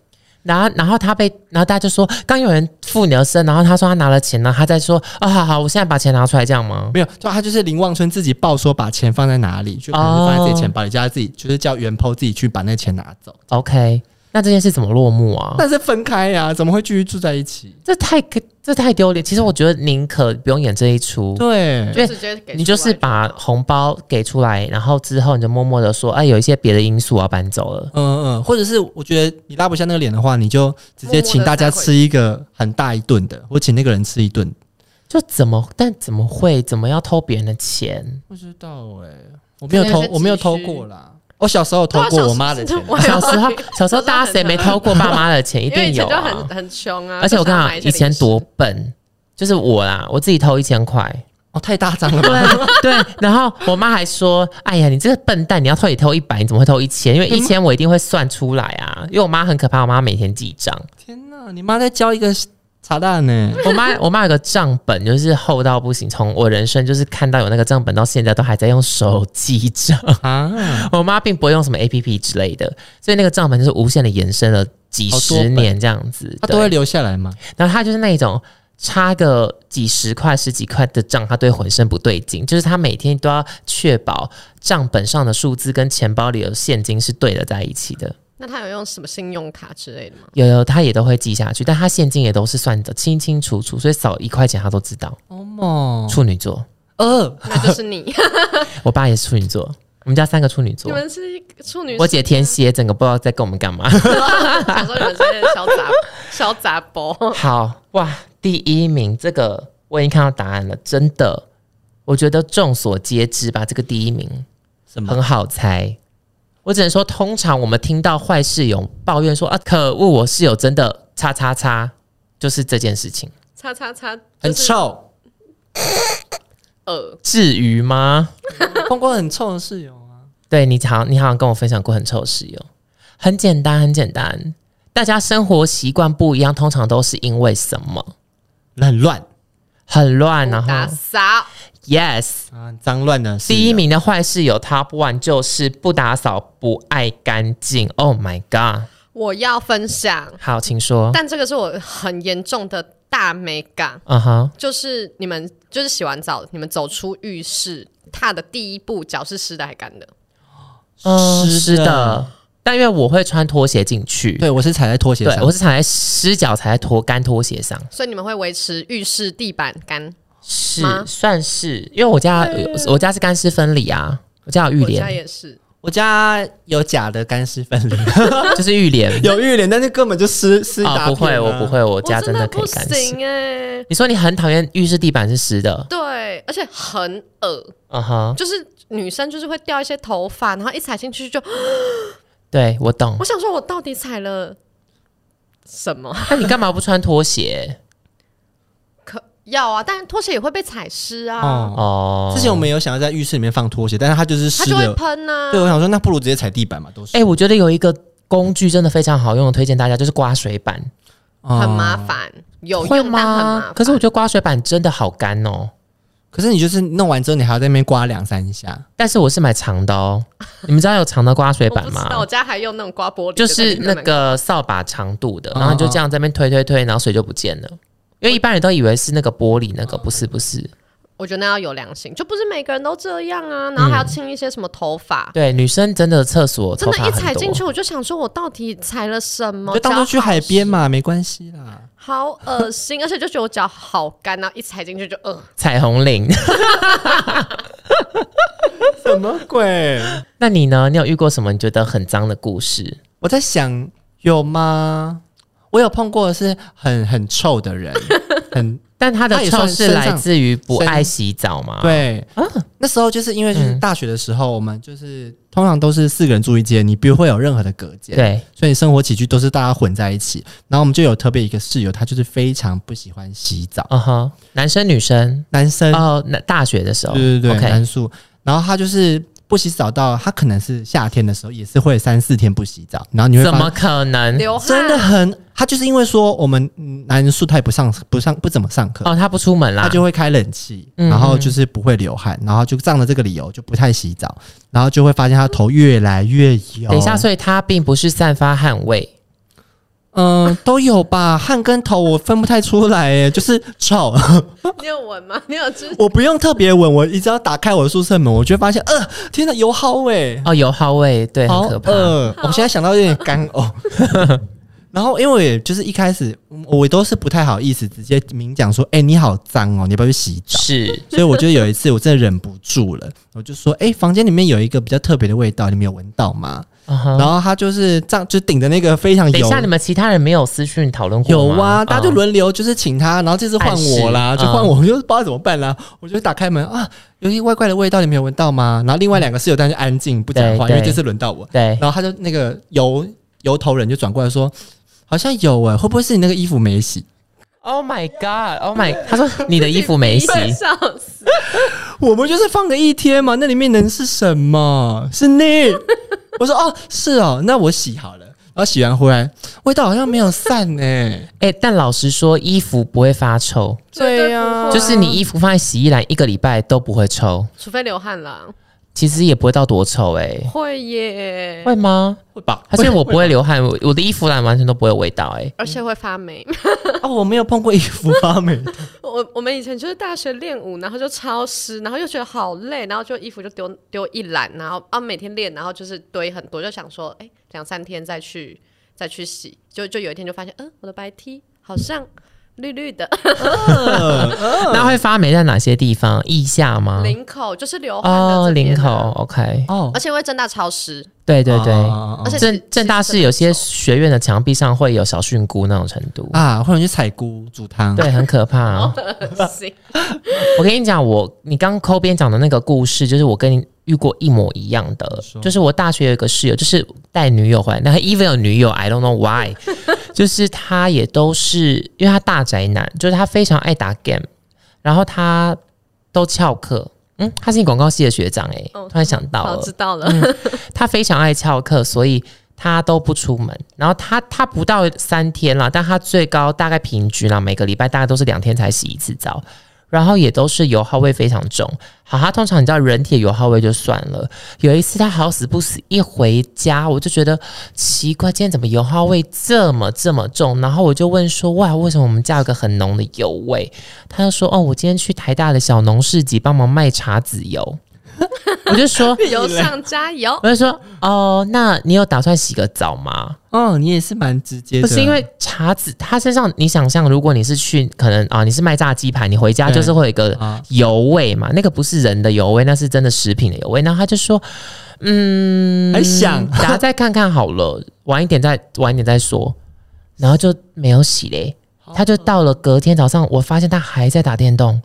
然后然后他被，然后大家就说刚有人付你的身，然后他说他拿了钱呢，然后他在说啊、好好，我现在把钱拿出来，这样吗？没有，就他就是林望春自己报说把钱放在哪里，就可能是放在自己钱包里，叫他自己就是叫袁抛自己去把那钱拿走。哦 OK，那这件事怎么落幕啊？但是分开呀、怎么会继续住在一起？这太这太丢脸。其实我觉得宁可不用演这一出，对，对直接给出来你就是把红包给出来，然后之后你就默默的说，哎，有一些别的因素我要搬走了。嗯嗯，或者是我觉得你拉不下那个脸的话，你就直接请大家吃一个很大一顿的，或请那个人吃一顿。就怎么？但怎么会？怎么要偷别人的 [laughs] 钱？不知道哎、我没有偷可能有些，急需我没有偷过啦。我哦小时候有偷对啊过我妈的钱，我小时候，小时候大家谁没偷过爸妈的钱？一因为定以有前就啊很。很穷啊，而且我跟你就想要讲，买一些以前零食多笨，就是我啦，我自己偷一千块，哦，太大张了吧？ [laughs] 对对，然后我妈还说：“哎呀，你这个笨蛋，你要偷也偷一百，你怎么会偷一千？嗯因为一千我一定会算出来啊，因为我妈很可怕，我妈每天记 [laughs] 账， [laughs] 天哪，你妈在教一个茶蛋呢、我妈我妈有个账本，就是厚到不行，从我人生就是看到有那个账本到现在都还在用手记账， [laughs] 啊！我妈并不会用什么 A P P 之类的，所以那个账本就是无限的延伸了几好多十本年这样子，她对都会留下来吗？然后他就是那一种差个几十块、十几块的账，他都会浑身不对劲，就是他每天都要确保账本上的数字跟钱包里的现金是对的在一起的。那他有用什么信用卡之类的吗？有有，他也都会记下去，但他现金也都是算得清清楚楚，所以少一块钱他都知道。哦莫，处女座，呃，那就 [laughs] 是你，我爸也是处女座，我们家三个处女你座。们是处女座，我姐天蝎，整个不知道在跟我们干嘛。 [laughs] 想说你们这些小杂小杂包，好哇，第一名这个我已经看到答案了，真的，我觉得众所皆知吧，这个第一名什嗯么？很好猜。我只能说，通常我们听到坏室友抱怨说啊，可恶，我室友真的叉叉叉，就是这件事情。叉叉叉，很就是臭，呃，至于吗？碰过很臭的室友啊。对你好，你好像跟我分享过很臭的室友，很简单，很简单。大家生活习惯不一样，通常都是因为什么？很乱很乱然打后扫， Yes，啊，脏乱的室友第一，名的坏室友 Top One 就是不打扫、不爱干净。Oh my god！我要分享，好，请说。但这个是我很严重的大美感，嗯哼，就是你们就是洗完澡，你们走出浴室，踏的第一步脚是湿的还干的？嗯，湿是的的。但因为我会穿拖鞋进去，对我是踩在拖鞋对上，我是踩在湿脚踩在拖干拖鞋上，所以你们会维持浴室地板干？是嗯吗算是，因为我家我家是干湿分离啊，我家有浴我家帘，也是，我家有假的干湿分离，就是浴 [laughs] 帘有浴帘，但是根本就湿湿一啊，大不片会，啊我不，会，我我家真真的可不以干湿。行哎、你说你很讨厌浴室地板是湿的，对，而且很恶，嗯哼，就是女生就是会掉一些头发，然后一踩进去就，对我懂我。想说我到底踩了什么？那你干嘛不穿拖鞋？可要啊，但拖鞋也会被踩湿啊，[laughs] 哦，哦，之前我们有想要在浴室里面放拖鞋，但是它就是它湿就会的。喷啊对，。我想说，那不如直接踩地板嘛，都是哎、我觉得有一个工具真的非常好用，推荐大家就是刮水板，哎很麻。麻烦，有会哦用但很麻吗烦。？哦可是我觉得刮水板真的好干哦。可是你就是弄完之后，你还要在那边刮两三下，但是我是买长的哦， [laughs] 你们知道有长的刮水我板不知道，我吗？家还用那种刮玻璃的，就是那在里面个扫把长度的，嗯然后你就这样在那边推推推，然后水就不见了。因为一般人都以为是那个玻璃，那个不是不嗯是。我觉得那要有良心，就不是每个人都这样啊。然后还要清一些什么头发，对，女生真的厕所真嗯头的，发一很踩进多去。我就想说，我到底踩了什么？就当做脚去海边嘛，没关系啦。好恶心，而且就觉得我脚好干，然后一踩进去就呃，彩虹领，什么鬼？ [laughs] 那你呢？你有遇过什么你觉得很脏的故事？我在想，有吗？我有碰过的是很很臭的 [laughs] 人，很但他它的也臭算是身上来自于不身爱洗澡吗？，对。那时候就是因为就是啊嗯大学的时候，我们就是通常都是四个人住一间，你不会有任何的隔间，对，所以生活起居都是大家混在一起。然后我们就有特别一个室友，他就是非常不喜欢洗澡，嗯哼，男生女生男生，哦，那大学的时候，嗯对对对 o k 男宿。然后他就是不洗澡到他可能是夏天的时候也是会三四天不洗澡，然后你会怎发么啊可能？流汗，真的很，他就是因为说我们嗯男宿他也不上不上不怎么上课，哦，他不出门啦，他就会开冷气，嗯然后就是不会流汗，然后就仗着这个理由就不太洗澡，然后就会发现他头越来越油。等一下，所以他并不是散发汗味，嗯、都有吧，汗跟头我分不太出来，哎，就是臭。 [laughs] 你有闻吗？你有知？我不用特别闻，我一只要打开我的宿舍门，我就会发现，呃，天哪，油耗味。哦，油耗味，对，好很可怕。饿我现在想到有点干 [laughs] 呕。然后，因为我也就是一开始嗯我都是不太好意思直接明讲说，哎、你好脏哦，你要不要去洗澡？是，所以我就有一次我真的忍不住了，我就说，哎、房间里面有一个比较特别的味道，你们有闻到吗？嗯哼然后他就是这样，就顶着那个非常等一油下，。你们其他人没有私讯讨论过有吗啊，大家就嗯轮流就是请他，然后这次换我啦，暗示就换我，我就不知道怎么办啦。我就打开门啊，有些怪怪的味道，你们有闻到吗？然后另外两个室友但是安静不讲话，对因为对这次轮到我。对，然后他就那个油油头人就转过来说，好像有哎、会不会是你那个衣服没洗？ Oh my God！Oh my，他 [laughs] 说你的衣服没洗， [laughs] 笑死！我们就是放个一天嘛，那里面能是什么？是你。 [laughs] 我说哦，是哦，那我洗好了。然后洗完回来，味道好像没有散哎、哎、但老实说，衣服不会发臭，对呀、呀就是你衣服放在洗衣篮一个礼拜都不会臭，除非流汗啦，其实也不会到多臭、哎，会耶，会吗？会吧？还是我不会流汗，我我的衣服篮完全都不会有味道、哎，而且会发霉。 [laughs] 哦，我没有碰过衣服发霉。我我们以前就是大学练舞，然后就超湿，然后又觉得好累，然后就衣服就丢丢一篮，然后啊每天练，然后就是堆很多，就想说哎两三天再去再去洗，就就有一天就发现，嗯、我的白 T 好像绿绿的， [laughs] 那会发霉在哪些地方？腋下吗？领口就是流汗的哦，这边领啊口，OK。哦而，且会真的超湿，对对对，啊而且正正大是是有些学院的墙壁上会有小菌菇那种程 [laughs] 度，啊，或者去采菇煮汤，对，很可怕、啊哦 [laughs] 行，我跟你讲，我你刚抠边讲的那个故事，就是我跟你遇过一模一样的说，就是我大学有一个室友，就是带女友回来，那他 even 有女友，I don't know why，就是他也都是因为他大宅男，就是他非常爱打 game，然后他都翘课。嗯，他是你广告系的学长哎、哦突然想到好了知，道了。 [laughs] 他非常爱翘课，所以他都不出门。然后他他不到三天啦，但他最高大概平均啦，每个礼拜大概都是两天才洗一次澡，然后也都是油耗味非常重。好，他通常你知道人体的油耗味就算了，有一次他好死不死一回家，我就觉得奇怪，今天怎么油耗味这么这么重？然后我就问说，哇，为什么我们家有个很浓的油味？他就说，哦，我今天去台大的小农市集帮忙卖茶籽油。 [laughs] 我就说，油上加油，我就说哦，那你有打算洗个澡吗？哦，你也是蛮直接不的，是因为茶籽，它身上你想象，如果你是去可能啊、你是卖炸鸡排，你回家对就是会有一个啊，油味嘛，那个不是人的油味，那是真的食品的油味。然后他就说，嗯，还想等下 [laughs] 再看看好了，晚一点再晚一点再说。然后就没有洗嘞。他就到了隔天早上，我发现他还在打电动，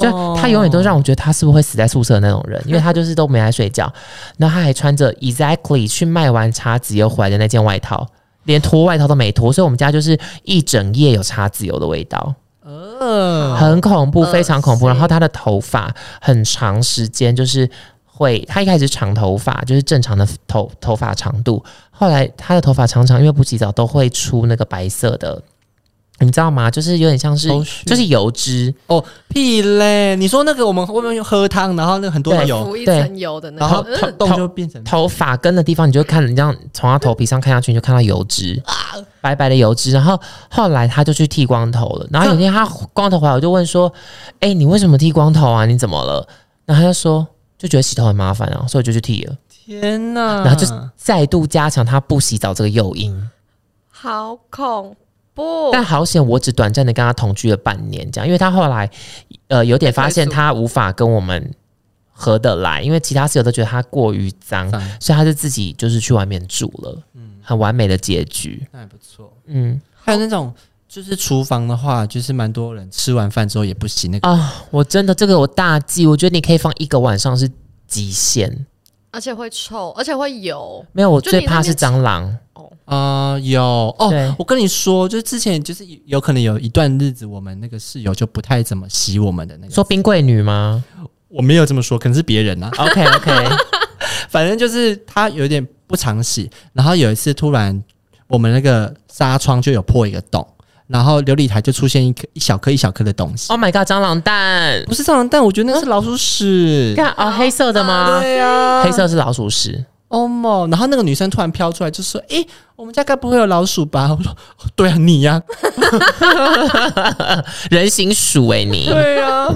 就他永远都让我觉得他是不是会死在宿舍的那种人，因为他就是都没来睡觉，然后他还穿着 exactly 去卖完茶籽油回来的那件外套，连脱外套都没脱，所以我们家就是一整夜有茶籽油的味道。哦呃，很恐怖，恶非常恐怖。心然后他的头发很长时间就是会，他一开始长头发就是正常的头头发长度，后来他的头发常常因为不洗澡都会出那个白色的，你知道吗？就是有点像是头屑就是油脂，哦屁嘞！你说那个我们外面喝汤，然后那个很多对嗯油，浮一层油的那然后种，它冻就变成头发根的地方，你就会看，你这样从他头皮上看下去，你就看到油脂，白白的油脂。然后后来他就去剃光头了。然后有一天他光头回来，我就问说：“哎、你为什么剃光头啊？你怎么了？”然后他就说：“就觉得洗头很麻烦啊，所以我就去剃了。”天哪！然后就是再度加强他不洗澡这个诱因。好恐怖！但好险，我只短暂的跟他同居了半年，这样，因为他后来呃有点发现他无法跟我们合得来，因为其他室友都觉得他过于脏，脏所以他就自己就是去外面住了，很完美的结局，那还不错。嗯还有那种就是厨房的话，就是蛮多人吃完饭之后也不洗那个，啊、我真的这个我大忌，我觉得你可以放一个晚上是极限，而且会臭，而且会油，没有，我就最你那怕边是蟑螂，啊、有哦对哦，我跟你说，就是之前就是有可能有一段日子，我们那个室友就不太怎么洗我们的那个。说冰柜女 [laughs] 吗我没有这么说，可能是别人啊， ？OK OK，反正就是他有点不常洗。然后有一次突然我们那个纱窗就有破一个洞，然后琉璃台就出现一颗一小颗一小颗的东西， Oh my god，蟑螂蛋，哦不是蟑螂蛋，我觉得那是老鼠屎。看哦，黑色的吗？ [laughs] 对呀、 [laughs] 黑色是老鼠屎。 [laughs] 哦莫，然后那个女生突然飘出来，就说：“诶、我们家该不会有老鼠吧？” [laughs] 我说：“哦对啊，你呀、人形鼠哎、你。对啊呀、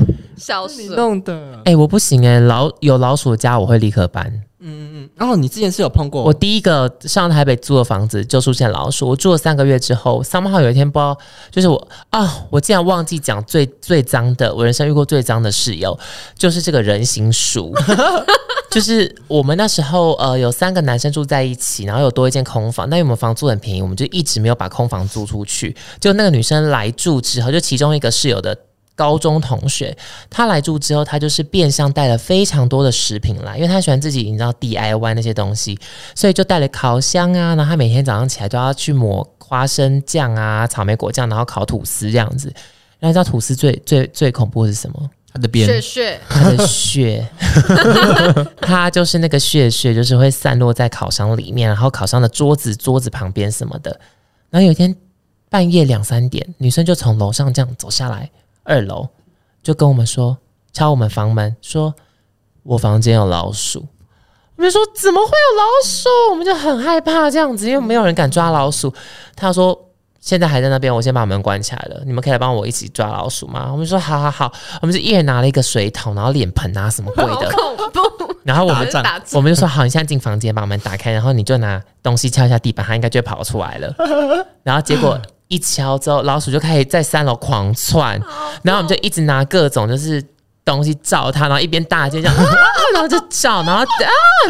[laughs] 消你失。弄的。哎、我不行哎、老有老鼠的家我会立刻搬。嗯”然后你之前是有碰过我第一个上台北租的房子就出现老鼠，我住了三个月之后，somehow 有一天不知道，就是我啊、我竟然忘记讲最最脏的，我人生遇过最脏的室友就是这个人形鼠， [laughs] 就是我们那时候呃有三个男生住在一起，然后有多一间空房，但因为我们房租很便宜，我们就一直没有把空房租出去。就那个女生来住之后，就其中一个室友的。高中同学，她来住之后，她就是变相带了非常多的食品来，因为她喜欢自己，你知道 DIY 那些东西，所以就带了烤箱啊，然后她每天早上起来都要去抹花生酱啊、草莓果酱，然后烤吐司这样子。然后你知道吐司最最最恐怖的是什么？他的血边血，他的血，他就是那个血血，就是会散落在烤箱里面，然后烤箱的桌子、桌子旁边什么的。然后有一天半夜两三点，女生就从楼上这样走下来，二楼就跟我们说，敲我们房门，说我房间有老鼠。我们就说怎么会有老鼠？我们就很害怕这样子，因为没有人敢抓老鼠。他说现在还在那边，我先把门关起来了，你们可以来帮我一起抓老鼠吗？我们说好好好，我们就一人拿了一个水桶，然后脸盆啊什么鬼好的，恐怖！然后我们打仗打我们就说好，你现在进房间把门打开，然后你就拿东西敲一下地板，它应该就会跑出来了。然后结果一敲之后，老鼠就开始在三楼狂窜，然后我们就一直拿各种就是。东西照他，然后一边大尖叫，啊然后就照，然后啊，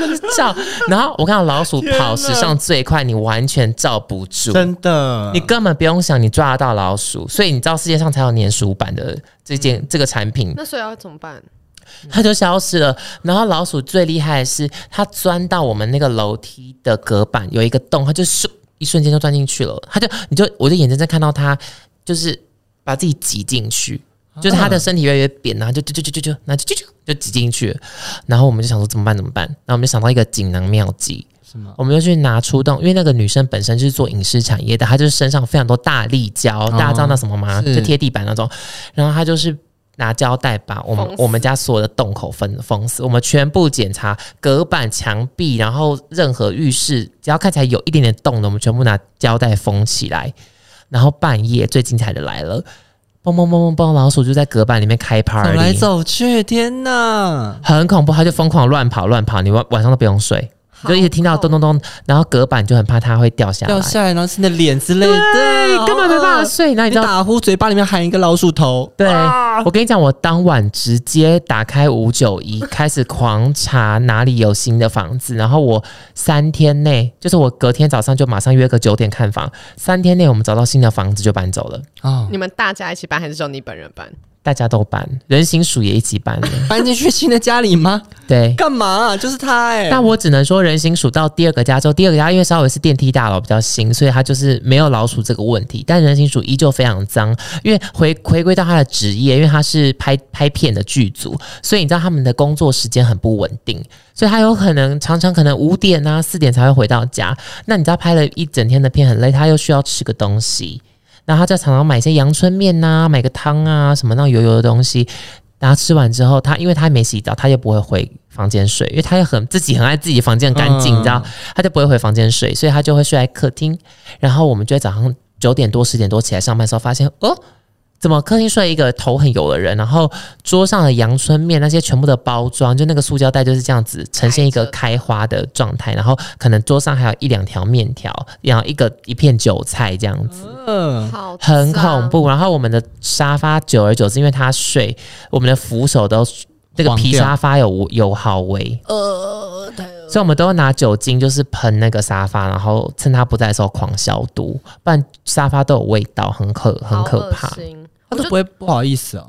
然后就照，然后我看到老鼠跑史上最快，你完全照不住。真的，你根本不用想，你抓得到老鼠，所以你知道世界上才有粘鼠版的这件、这个产品，那所以要怎么办？它就消失了。然后老鼠最厉害的是，它钻到我们那个楼梯的隔板有一个洞，它就咻一瞬间就钻进去了。它就你就我就眼睁睁看到它就是把自己挤进去，就是啊它的身体越来越扁，然后就就就就就就那就就就就挤进去了。然后我们就想说怎么办怎么办？然后我们就想到一个锦囊妙计，什么？我们就去拿出动，因为那个女生本身就是做影视产业的，她就是身上非常多大力胶，大家知道那什么吗？是就贴地板那种。然后她就是拿胶带把我封们死我们家所有的洞口封封死，我们全部检查隔板、墙壁，然后任何浴室只要看起来有一点点洞的，我们全部拿胶带封起来。然后半夜最精彩的来了，嘣嘣嘣嘣嘣，老鼠就在隔板里面开 party，走来走去，天哪！很恐怖，它就疯狂乱跑乱跑，你晚晚上都不用睡，好就一直听到咚咚咚，然后隔板就很怕它会掉下来，掉下来，然后是你的脸之类的，哦对，根本没办法法。睡，那你你知道？打啊呼，嘴巴里面含一个老鼠头，对，我跟你讲，我当晚直接打开五九一，开始狂查哪里有新的房子，然后我三天内，就是我隔天早上就马上约个九点看房，三天内我们找到新的房子就搬走了，啊、你们大家一起搬还是只有你本人搬？大家都搬，人行署也一起搬了，搬进去新的家里吗？对。 [laughs] 干嘛啊、就是他哎、但我只能说，人行署到第二个家之后，第二个家因为稍微是电梯大楼比较新，所以它就是没有老鼠这个问题。但人行署依旧非常脏，因为回回归到他的职业，因为他是拍拍片的剧组，所以你知道他们的工作时间很不稳定，所以他有可能常常可能五点啊四点才会回到家。那你知道拍了一整天的片很累，他又需要吃个东西，然后他就常常买一些阳春面呐、买个汤啊什么那种油油的东西。然后吃完之后，他因为他没洗澡，他又不会回房间睡，因为他又很自己很爱自己房间很干净，嗯你知道，他就不会回房间睡，所以他就会睡在客厅。然后我们就在早上九点多、十点多起来上班的时候，发现哦，怎么客厅睡一个头很油的人，然后桌上的阳春面那些全部的包装，就那个塑胶袋就是这样子呈现一个开花的状态，然后可能桌上还有一两条面条，然后一个一片韭菜这样子。嗯，好，啊很恐。怖，然后我们的沙发久而久之，因为它睡，我们的扶手都那个黄皮掉沙发有有好味，呃，所以我们都要拿酒精，就是喷那个沙发，然后趁他不在的时候狂消毒，不然沙发都有味道，很可很可怕好恶。心他我都就不会不好意思哦。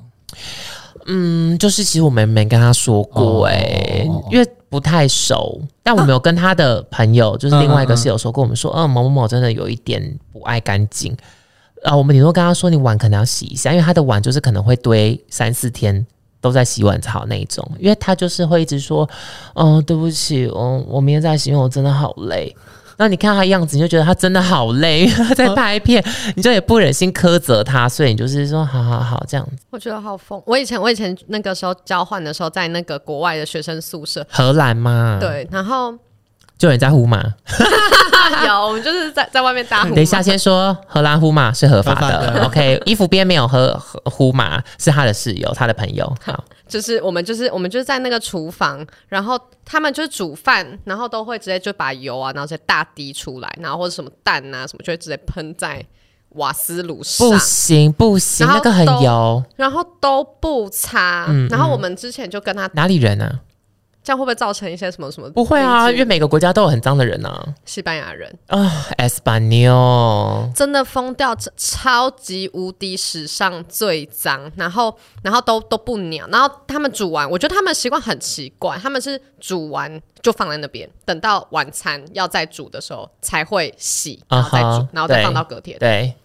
嗯，就是其实我们没跟他说过哎、欸哦因为不太熟，但我们有跟他的朋友，就是另外一嗯嗯个嗯室友说过，我们说，嗯、某某某真的有一点不爱干净。啊，我们顶多跟他说，你碗可能要洗一下，因为他的碗就是可能会堆三四天都在洗碗槽那一种，因为他就是会一直说，嗯，对不起，嗯，我明天再洗，因为我真的好累。那你看他样子，你就觉得他真的好累，因为他在啊拍片，你就也不忍心苛责他，所以你就是说，好好好这样子。我觉得好疯。我以前我以前那个时候交换的时候，在那个国外的学生宿舍，荷兰嘛，，对，然后啊就有人在呼嘛。有我们就是在在外面打呼嘛。等一下，先说荷兰呼马是合法合的。法的 OK，衣服边没有喝喝呼马，是他的室友，他的朋友。好，就是我们就是我们就是在那个厨房，然后他们就是煮饭，然后都会直接就把油啊，然后直接大滴出来，然后或者什么蛋啊什么，就会直接喷在瓦斯炉上不。行不行，然后那个很都油，然后都不擦，嗯然后我们之前就跟他，哪里人啊？这样会不会造成一些什么什么？不会啊，因为因为每个国家都有很脏的人啊。西班牙人啊、e s p a n o l 真的疯掉，超超级无敌史上最脏，然后然后都都不鸟，然后他们煮完，我觉得他们习惯很奇怪，他们是煮完就放在那边，等到晚餐要再煮的时候才会洗，然后再煮啊哈然后再对放到隔天，对，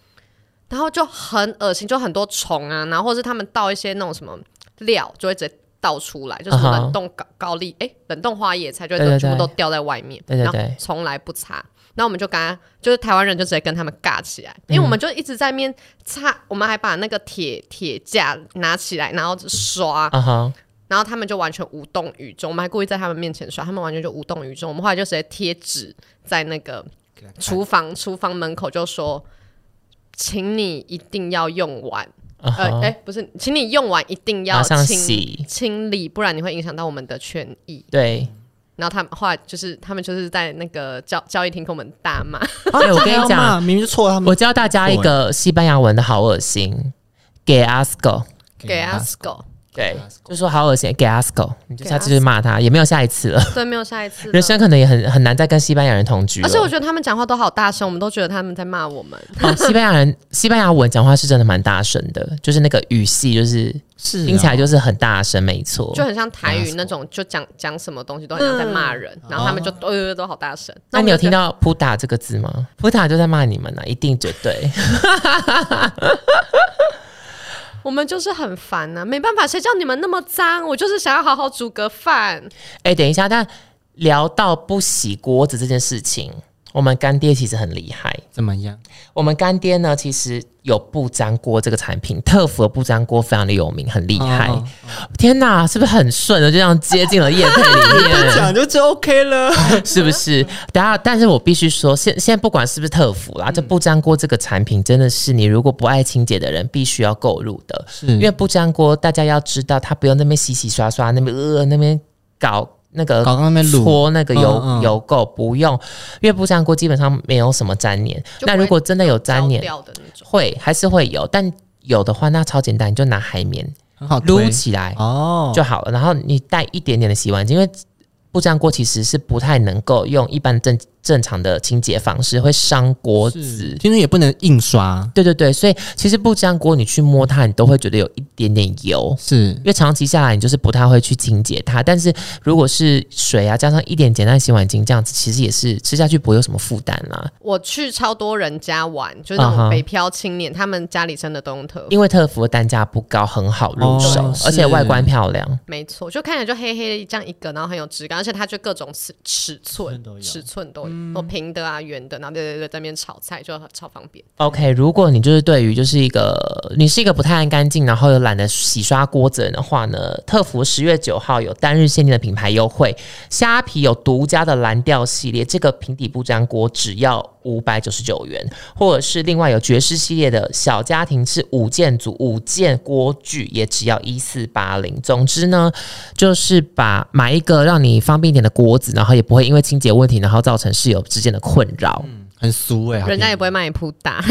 然后就很恶心，就很多虫啊，然后或是他们倒一些那种什么料，就会直接倒出来，就是啊哈冷冻高高丽，哎、冷冻花椰菜就对对会对全部都掉在外面，对对然后对从来不擦。然后我们就跟他，就是台湾人就直接跟他们尬起来，因为我们就一直在面擦，我们还把那个铁铁架拿起来，然后刷，啊哈，然后他们就完全无动于衷。我们还故意在他们面前刷，他们完全就无动于衷。我们后来就直接贴纸在那个厨房厨房门口就说，请你一定要用完，啊呃，哎、哈，不是，请你用完一定要马上清洗清理，不然你会影响到我们的权益。对。然后他们后来就是他们就是在那个教教育厅跟我们大骂，哎我跟你这样讲嘛明明就错他们，我教大家一个西班牙文的好恶心，给 asco，给 a s c o 对，就说好恶心 g a s c o 你就下次就骂他，也没有下一次了。对，没有下一次了。人生可能也很很难再跟西班牙人同居了。而且我觉得他们讲话都好大声，我们都觉得他们在骂我们。 [laughs] 哦，西班牙人西班牙文讲话是真的蛮大声的，就是那个语系就是是啊听起来就是是很大声，没错。就很像台语那种，就讲讲什么东西都很像在骂人，然后他们就都、呃都好大声。哦那你有听到？到“扑打”这个字吗？“扑打”就在骂你们呢、一定绝对。我们就是很烦呐、没办法，谁叫你们那么脏？我就是想要好好煮个饭。哎、等一下，但聊到不洗锅子这件事情，我们干爹其实很厉害。怎么样？我们干爹呢，其实有不粘锅这个产品，特服的不粘锅非常的有名，很厉害。哦天哪，是不是很顺的就这样接进了业配里 [laughs] 面？讲就就 OK 了。是不是？等下，但是我必须说，现现在不管是不是特服啦，这不粘锅这个产品真的是你如果不爱清洁的人必须要购入的，是因为不粘锅大家要知道，它不用那边洗洗刷刷，那边呃那边搞。那个搞到那边卤搓那个油、嗯嗯油垢不用，因为不粘锅基本上没有什么粘黏。就不那会如果真的有粘黏，掉的那种。会还是会有，但有的话那超简单，你就拿海绵很好撸推起来，哦，就好了。然后你带一点点的洗碗精，因为不粘锅其实是不太能够用一般正正常的清洁方式，会伤锅是子。听说也不能印刷，对对对，所以其实不粘锅你去摸它，你都会觉得有一点点油。是因为长期下来，你就是不太会去清洁它。但是如果是水啊，加上一点简单洗碗精这样子，其实也是吃下去不会有什么负担啦。我去超多人家玩，就是那啊哈种北漂青年，他们家里真的都用特，因为特服的单价不高，很好入手，哦而且是外观漂亮。没错，就看起来就黑黑的这样一个，然后很有质感，而且它就各种尺尺寸都有尺寸都有，或平的啊、圆的，然后对对对，在那边炒菜就很超方便。 OK，如果你就是对于就是一个你是一个不太爱干净，然后又懒得洗刷锅子的人的话呢，特服十月九号有单日限定的品牌优惠，虾皮有独家的蓝调系列，这个平底不粘锅只要五百九十九元，或者是另外有爵士系列的小家庭是五件组五件锅具也只要一四八零。总之呢，就是把买一个让你方便一点的锅子，然后也不会因为清洁问题，然后造成室友之间的困扰。很俗哎，好人家便宜也不会骂你扑打，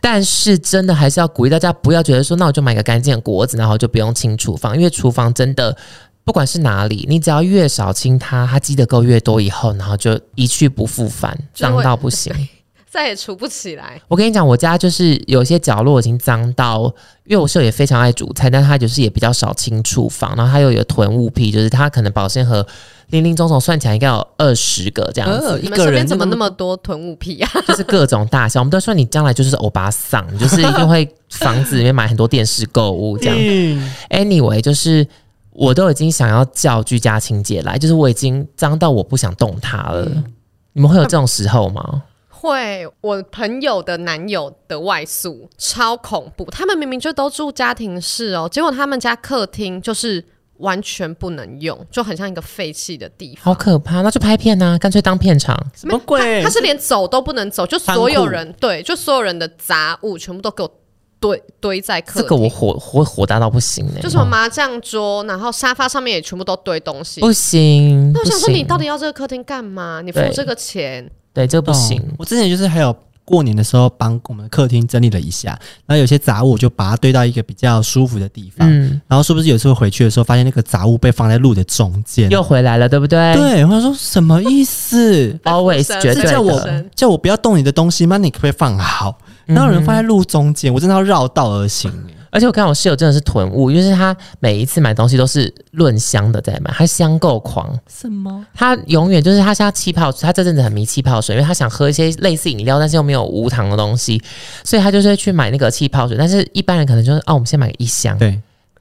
但是真的还是要鼓励大家，不要觉得说，那我就买个干净的锅子，然后就不用清厨房，因为厨房真的。不管是哪里，你只要越少清它，它积的够越多以后，然后就一去不复返，就会脏到不行。 [laughs] 再也除不起来。我跟你讲，我家就是有些角落已经脏到，因为我室友也非常爱煮菜，但他就是也比较少清厨房，然后他又有囤物癖，就是他可能保鲜盒零零总总算起来应该有二十个这样子，呃一你们个身人边怎么那那么多囤物癖啊？就是各种大小。我们都说你将来就是欧巴桑，你就是一定会房子里面买很多电视购物这样。嗯 Anyway，就是我都已经想要叫居家清洁来，就是我已经脏到我不想动它了。嗯你们会有这种时候吗？会，我朋友的男友的外宿超恐怖，他们明明就都住家庭式哦，结果他们家客厅就是完全不能用，就很像一个废弃的地方。好可怕！那就拍片呐、干脆当片场。什么鬼他是连走都不能走，就所有人对，就所有人的杂物全部都给我堆堆在客这厅。个我火火火大到不行欸呢、就什么麻将桌，然后沙发上面也全部都堆东西。不行，那我哦不想说，你行，到底要这个客厅干嘛？你付对这个钱，对这个不懂行。我之前就是还有过年的时候帮我们客厅整理了一下，然后有些杂物我就把它堆到一个比较舒服的地方。嗯，然后是不是有时候回去的时候发现那个杂物被放在路的中间？又回来了，对不对？对，我想说什么意思？ ，always 是绝是 [laughs] 对嗯叫我的。嗯是叫我不要动你的东西吗？你可不可以放好？哪有人放在路中间？我真的要绕道而行欸。而且我看我室友真的是囤物，就是他每一次买东西都是论箱的在买，他箱购狂。什么？他永远就是他现在气泡，他这阵子很迷气泡水，因为他想喝一些类似饮料，但是又没有无糖的东西，所以他就是会去买那个气泡水。但是一般人可能就是哦，我们先买个一箱，对，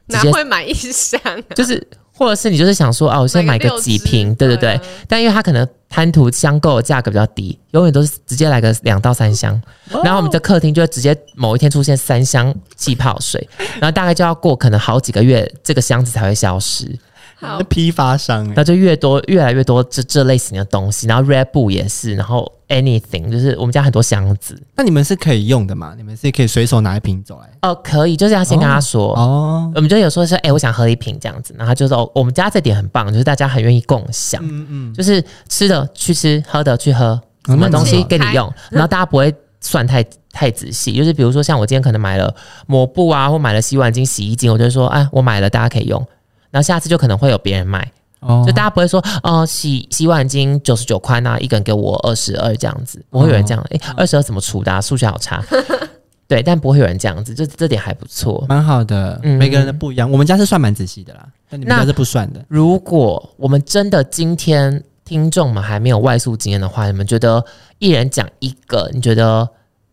直哪接会买一箱？就是或者是你就是想说哦，我先买个几瓶，买对个对六支对。对啊但因为他可能贪图箱购的价格比较低，永远都是直接来个两到三箱，然后我们的客厅就会直接某一天出现三箱气泡水，然后大概就要过可能好几个月，这个箱子才会消失。好那批发商哎、那就越多越来越多这这类型的东西，然后 Red Bull 也是，然后 anything 就是我们家很多箱子，那你们是可以用的嘛？你们是可以随手拿一瓶走来。哦，可以，就是要先跟他说。哦，我们就有说是，哎、我想喝一瓶这样子，然后他就说、哦我们家这点很棒，就是大家很愿意共享，嗯嗯，就是吃的去吃，喝的去喝，嗯什么那东你西好给你用，然后大家不会算太太仔细，就是比如说像我今天可能买了抹布啊，或买了洗碗巾、洗衣巾，我就说，哎，我买了，大家可以用。然后下次就可能会有别人买，哦就大家不会说，哦、洗洗碗巾九十九块，那一个人给我二十二这样子，不会有人这样，哎、二十二怎么除的、啊？数学好差。对，但不会有人这样子，这这点还不错。蛮好的，嗯每个人的不一样。我们家是算蛮仔细的啦，但你们那家是不算的。如果我们真的今天听众们还没有外宿经验的话，你们觉得一人讲一个，你觉得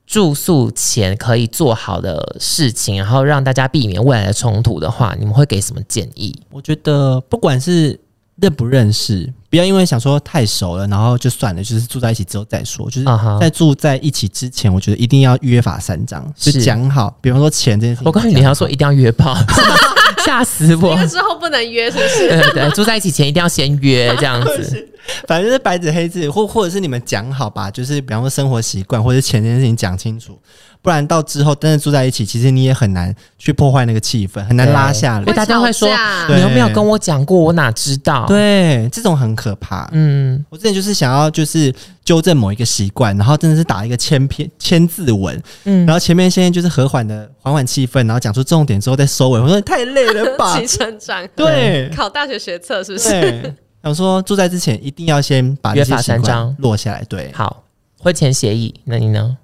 住宿前可以做好的事情，然后让大家避免未来的冲突的话，你们会给什么建议？我觉得不管是认不认识，不要因为想说太熟了，然后就算了，就是住在一起之后再说。就是啊哈在住在一起之前，我觉得一定要约法三章，就是讲好。比方说钱这件事情，我告诉你，你要说一定要约炮， [laughs] 吓死我那！ [laughs] 个之后不能约，是不是？对对对，住在一起前一定要先约，这样 [laughs] 子。反正就是白纸黑字，或或者是你们讲好吧，就是比方说生活习惯或者是钱这件事情讲清楚，不然到之后真的住在一起，其实你也很难去破坏那个气氛，很难拉下对来。大家会说吵架对啊你又没有跟我讲过，我哪知道？，对，这种很可怕。嗯，我之前就是想要就是纠正某一个习惯，然后真的是打一个千篇千字文，嗯然后前面先就是和缓的缓缓气氛，然后讲出重点之后再收尾。我说你太累了 [laughs] 啊吧起？承转合对考大学学测是不是？对，想说住在之前一定要先把这约些法习三惯章落下来。 [laughs] 对，好，婚前协议，那你呢？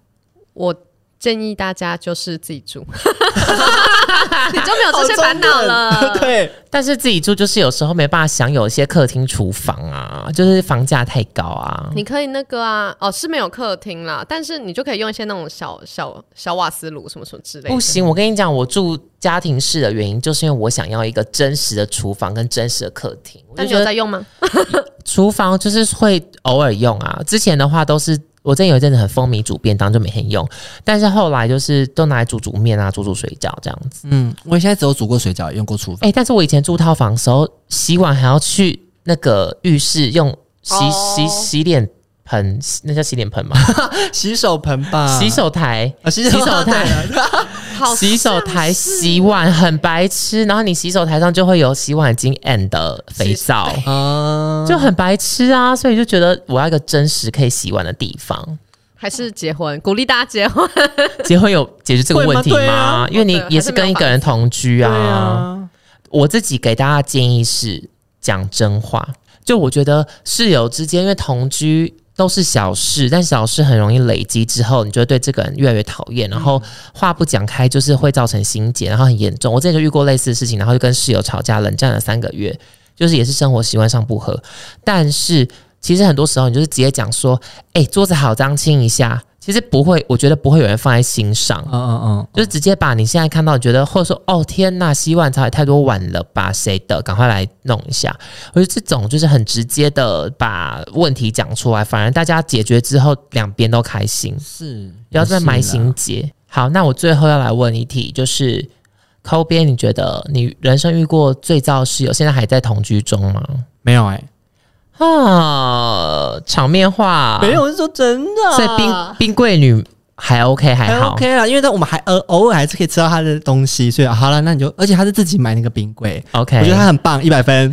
我建议大家就是自己 [laughs] 住，你就没有这些烦恼了。哦 [laughs] 对，但是自己住就是有时候没办法享有一些客厅、厨房啊，就是房价太高啊。你可以那个啊，哦，是没有客厅啦，但是你就可以用一些那种小小小瓦斯炉什么什么之类的。不行，我跟你讲，我住家庭式的原因就是因为我想要一个真实的厨房跟真实的客厅。我那就你觉有得在用吗？厨房就是会偶尔用啊，之前的话都是我之前有一阵子很风靡煮便当，就每天用，但是后来就是都拿来煮煮面啊，煮煮水饺这样子。嗯，我现在只有煮过水饺，也用过厨哎、房。但是我以前住套房的时候，洗碗还要去那个浴室用洗、哦洗洗脸盆，那叫洗脸盆吗？ [laughs] 洗手盆吧，洗手台。啊，洗洗手台， [laughs] 好，洗手台洗碗很白痴，然后你洗手台上就会有洗碗巾 and 肥皂，啊，就很白痴啊！所以就觉得我要一个真实可以洗碗的地方。还是结婚，鼓励大家结 [laughs] 婚。结婚有解决这个问题会吗对吗啊？因为你也是跟一个人同居对啊。啊，我自己给大家建议是讲真话，就我觉得室友之间因为同居。都是小事，但小事很容易累积之后，你就会对这个人越来越讨厌，然后话不讲开，就是会造成心结，然后很严重。我之前就遇过类似的事情，然后就跟室友吵架，冷战了三个月，就是也是生活习惯上不合。但是其实很多时候，你就是直接讲说：“哎、桌子好脏，清一下。”其实不会，我觉得不会有人放在心上。嗯嗯嗯，就是直接把你现在看到，觉得或者说哦天呐，洗碗槽也太多碗了吧，谁的？赶快来弄一下。我觉得这种就是很直接的把问题讲出来，反而大家解决之后，两边都开心，是不要再埋心结。好，那我最后要来问一题，就是抠边，你觉得你人生遇过最糟的室友，现在还在同居中吗？没有哎，啊，场面话没，有，我是说真的，所以冰冰柜女还 OK 还还好。 OK 啦，因为呢，我们还偶偶尔还是可以吃到他的东西，所以好了，那你就，而且他是自己买那个冰柜， OK，我觉得他很棒，一 [laughs] 百分。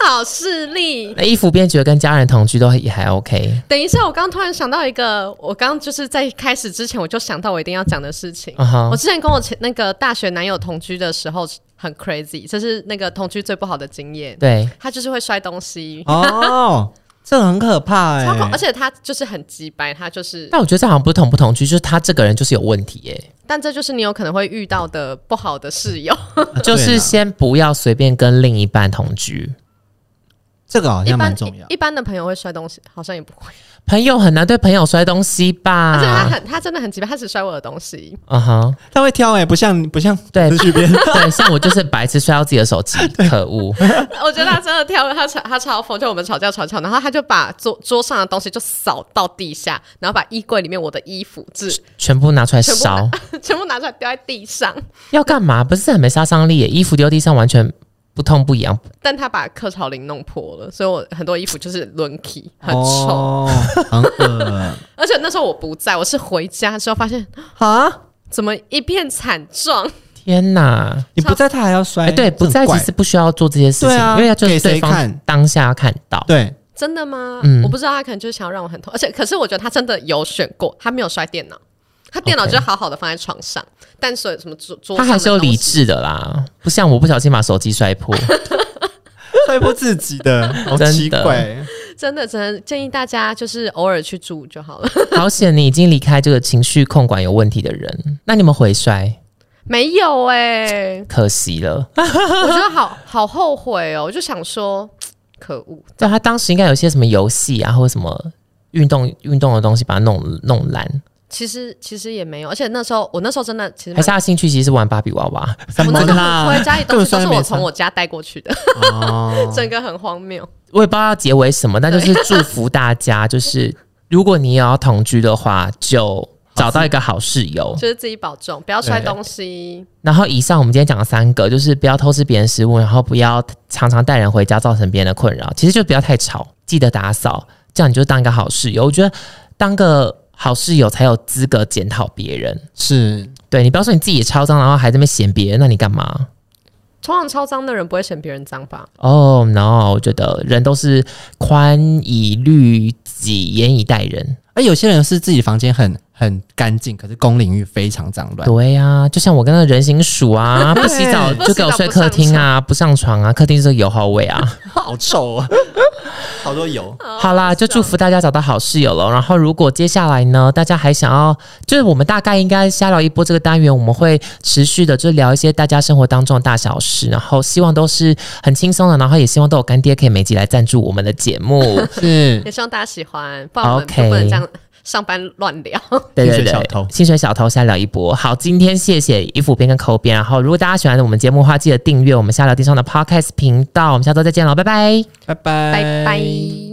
好势力。那衣服编觉得跟家人同居都也还 OK。等一下，我刚突然想到一个，我刚就是在开始之前我就想到我一定要讲的事情。嗯啊我哼，之前跟我前那个大学男友同居的时候很 crazy，这是那个同居最不好的经验。对，他就是会摔东西，哦，这很可怕哎、超恐而且他就是很急白，他就是，但我觉得这好像不是同不同居，就是他这个人就是有问题耶、但这就是你有可能会遇到的不好的室友。啊就是对啦先不要随便跟另一半同居，这个好一像蛮般重要一，一般的朋友会摔东西，好像也不会。朋友很难对朋友摔东西啊而且他 [laughs] 吧？很，他真的很急白，他只摔我的东西。 [laughs] 嗯哼，他会挑哎、不像不像对去 [laughs] 边对，像我就是白痴摔到自己的手机，可恶！我觉得他真的挑他吵他超疯，就我们吵架吵吵，然后他就把桌桌上的东西就扫到地下，然后把衣柜里面我的衣服纸 [laughs] 全部拿出来全部烧，全部拿出来丢在地上。 [laughs] 要干嘛？不是很没杀伤力耶、衣服丢地上完全不痛不痒，但他把客巢林弄破了，所以我很多衣服就是轮起， [laughs] 很臭。哦、很 [laughs] 恶而且那时候我不在，我是回家之后发现啊！怎么一片惨状， [laughs] 天哪！你不在，他还要摔，哎、对，不在其这很怪实不需要做这些事情，对啊因为他就是给谁对方看当下看到。对真的吗？嗯我不知道，他可能就是想要让我很痛，而且可是我觉得他真的有选过，他没有摔电脑，他电脑 OK 就好好的放在床上但所有什么桌桌他还是有上的东理西智的啦，不像我不小心把手机摔 [laughs] 破。摔破自己 [laughs] 的，好真的奇怪。真的，真的建议大家就是偶尔去住就好了。 [laughs] 好险你已经离开这个情绪控管有问题的人，那你们回摔，没有哎、可惜了。我觉得好好后悔哦，我就想说，可恶，对他当时应该有一些什么游戏啊，或者什么运动运动的东西把它弄弄烂，其实其实也没有，而且那时候我那时候真的其实还蛮是他的兴趣其实是玩芭比娃娃。我那怎个么啦我回家里根东本西都算是是我没从差我家带过去的，哦， [laughs] 整个很荒谬。我也不知道要结尾什么，但就是祝福大家，就是如果你也要同居的话，就找到一个好室友。就是自己保重，不要摔对东西。然后以上我们今天讲的三个，就是不要偷吃别人食物，然后不要常常带人回家造成别人的困扰。其实就不要太吵，记得打扫，这样你就当一个好室友。我觉得当个好室友才有资格检讨别人。是对你不要说你自己也超脏，然后还在那边嫌别人，那你干嘛？通常超脏的人不会嫌别人脏吧？哦、no！我觉得人都是宽以律己，严以待人。而哎有些人是自己房间很很干净，可是公领域非常脏乱。对呀、就像我跟那个人形鼠 [laughs] 啊，不洗澡对就给我睡客厅啊，不上床啊，客厅是油耗味啊。好臭啊， [laughs] 好多油。好啦，就祝福大家找到好室友了。然后，如果接下来呢，大家还想要，就是我们大概应该瞎聊一波这个单元，我们会持续的就聊一些大家生活当中的大小事，然后希望都是很轻松的，然后也希望都有干爹可以每集来赞助我们的节 [laughs] 目。是也希望大家喜欢，不然我们 OK 就不能这样上班乱聊。对对对，薪水小偷薪水小偷瞎聊一波。好，今天谢谢衣服边跟口边。然后，如果大家喜欢我们节目的哎话，记得订阅我们瞎聊地上的 Podcast 频道。我们下周再见喽，拜拜。拜拜拜拜。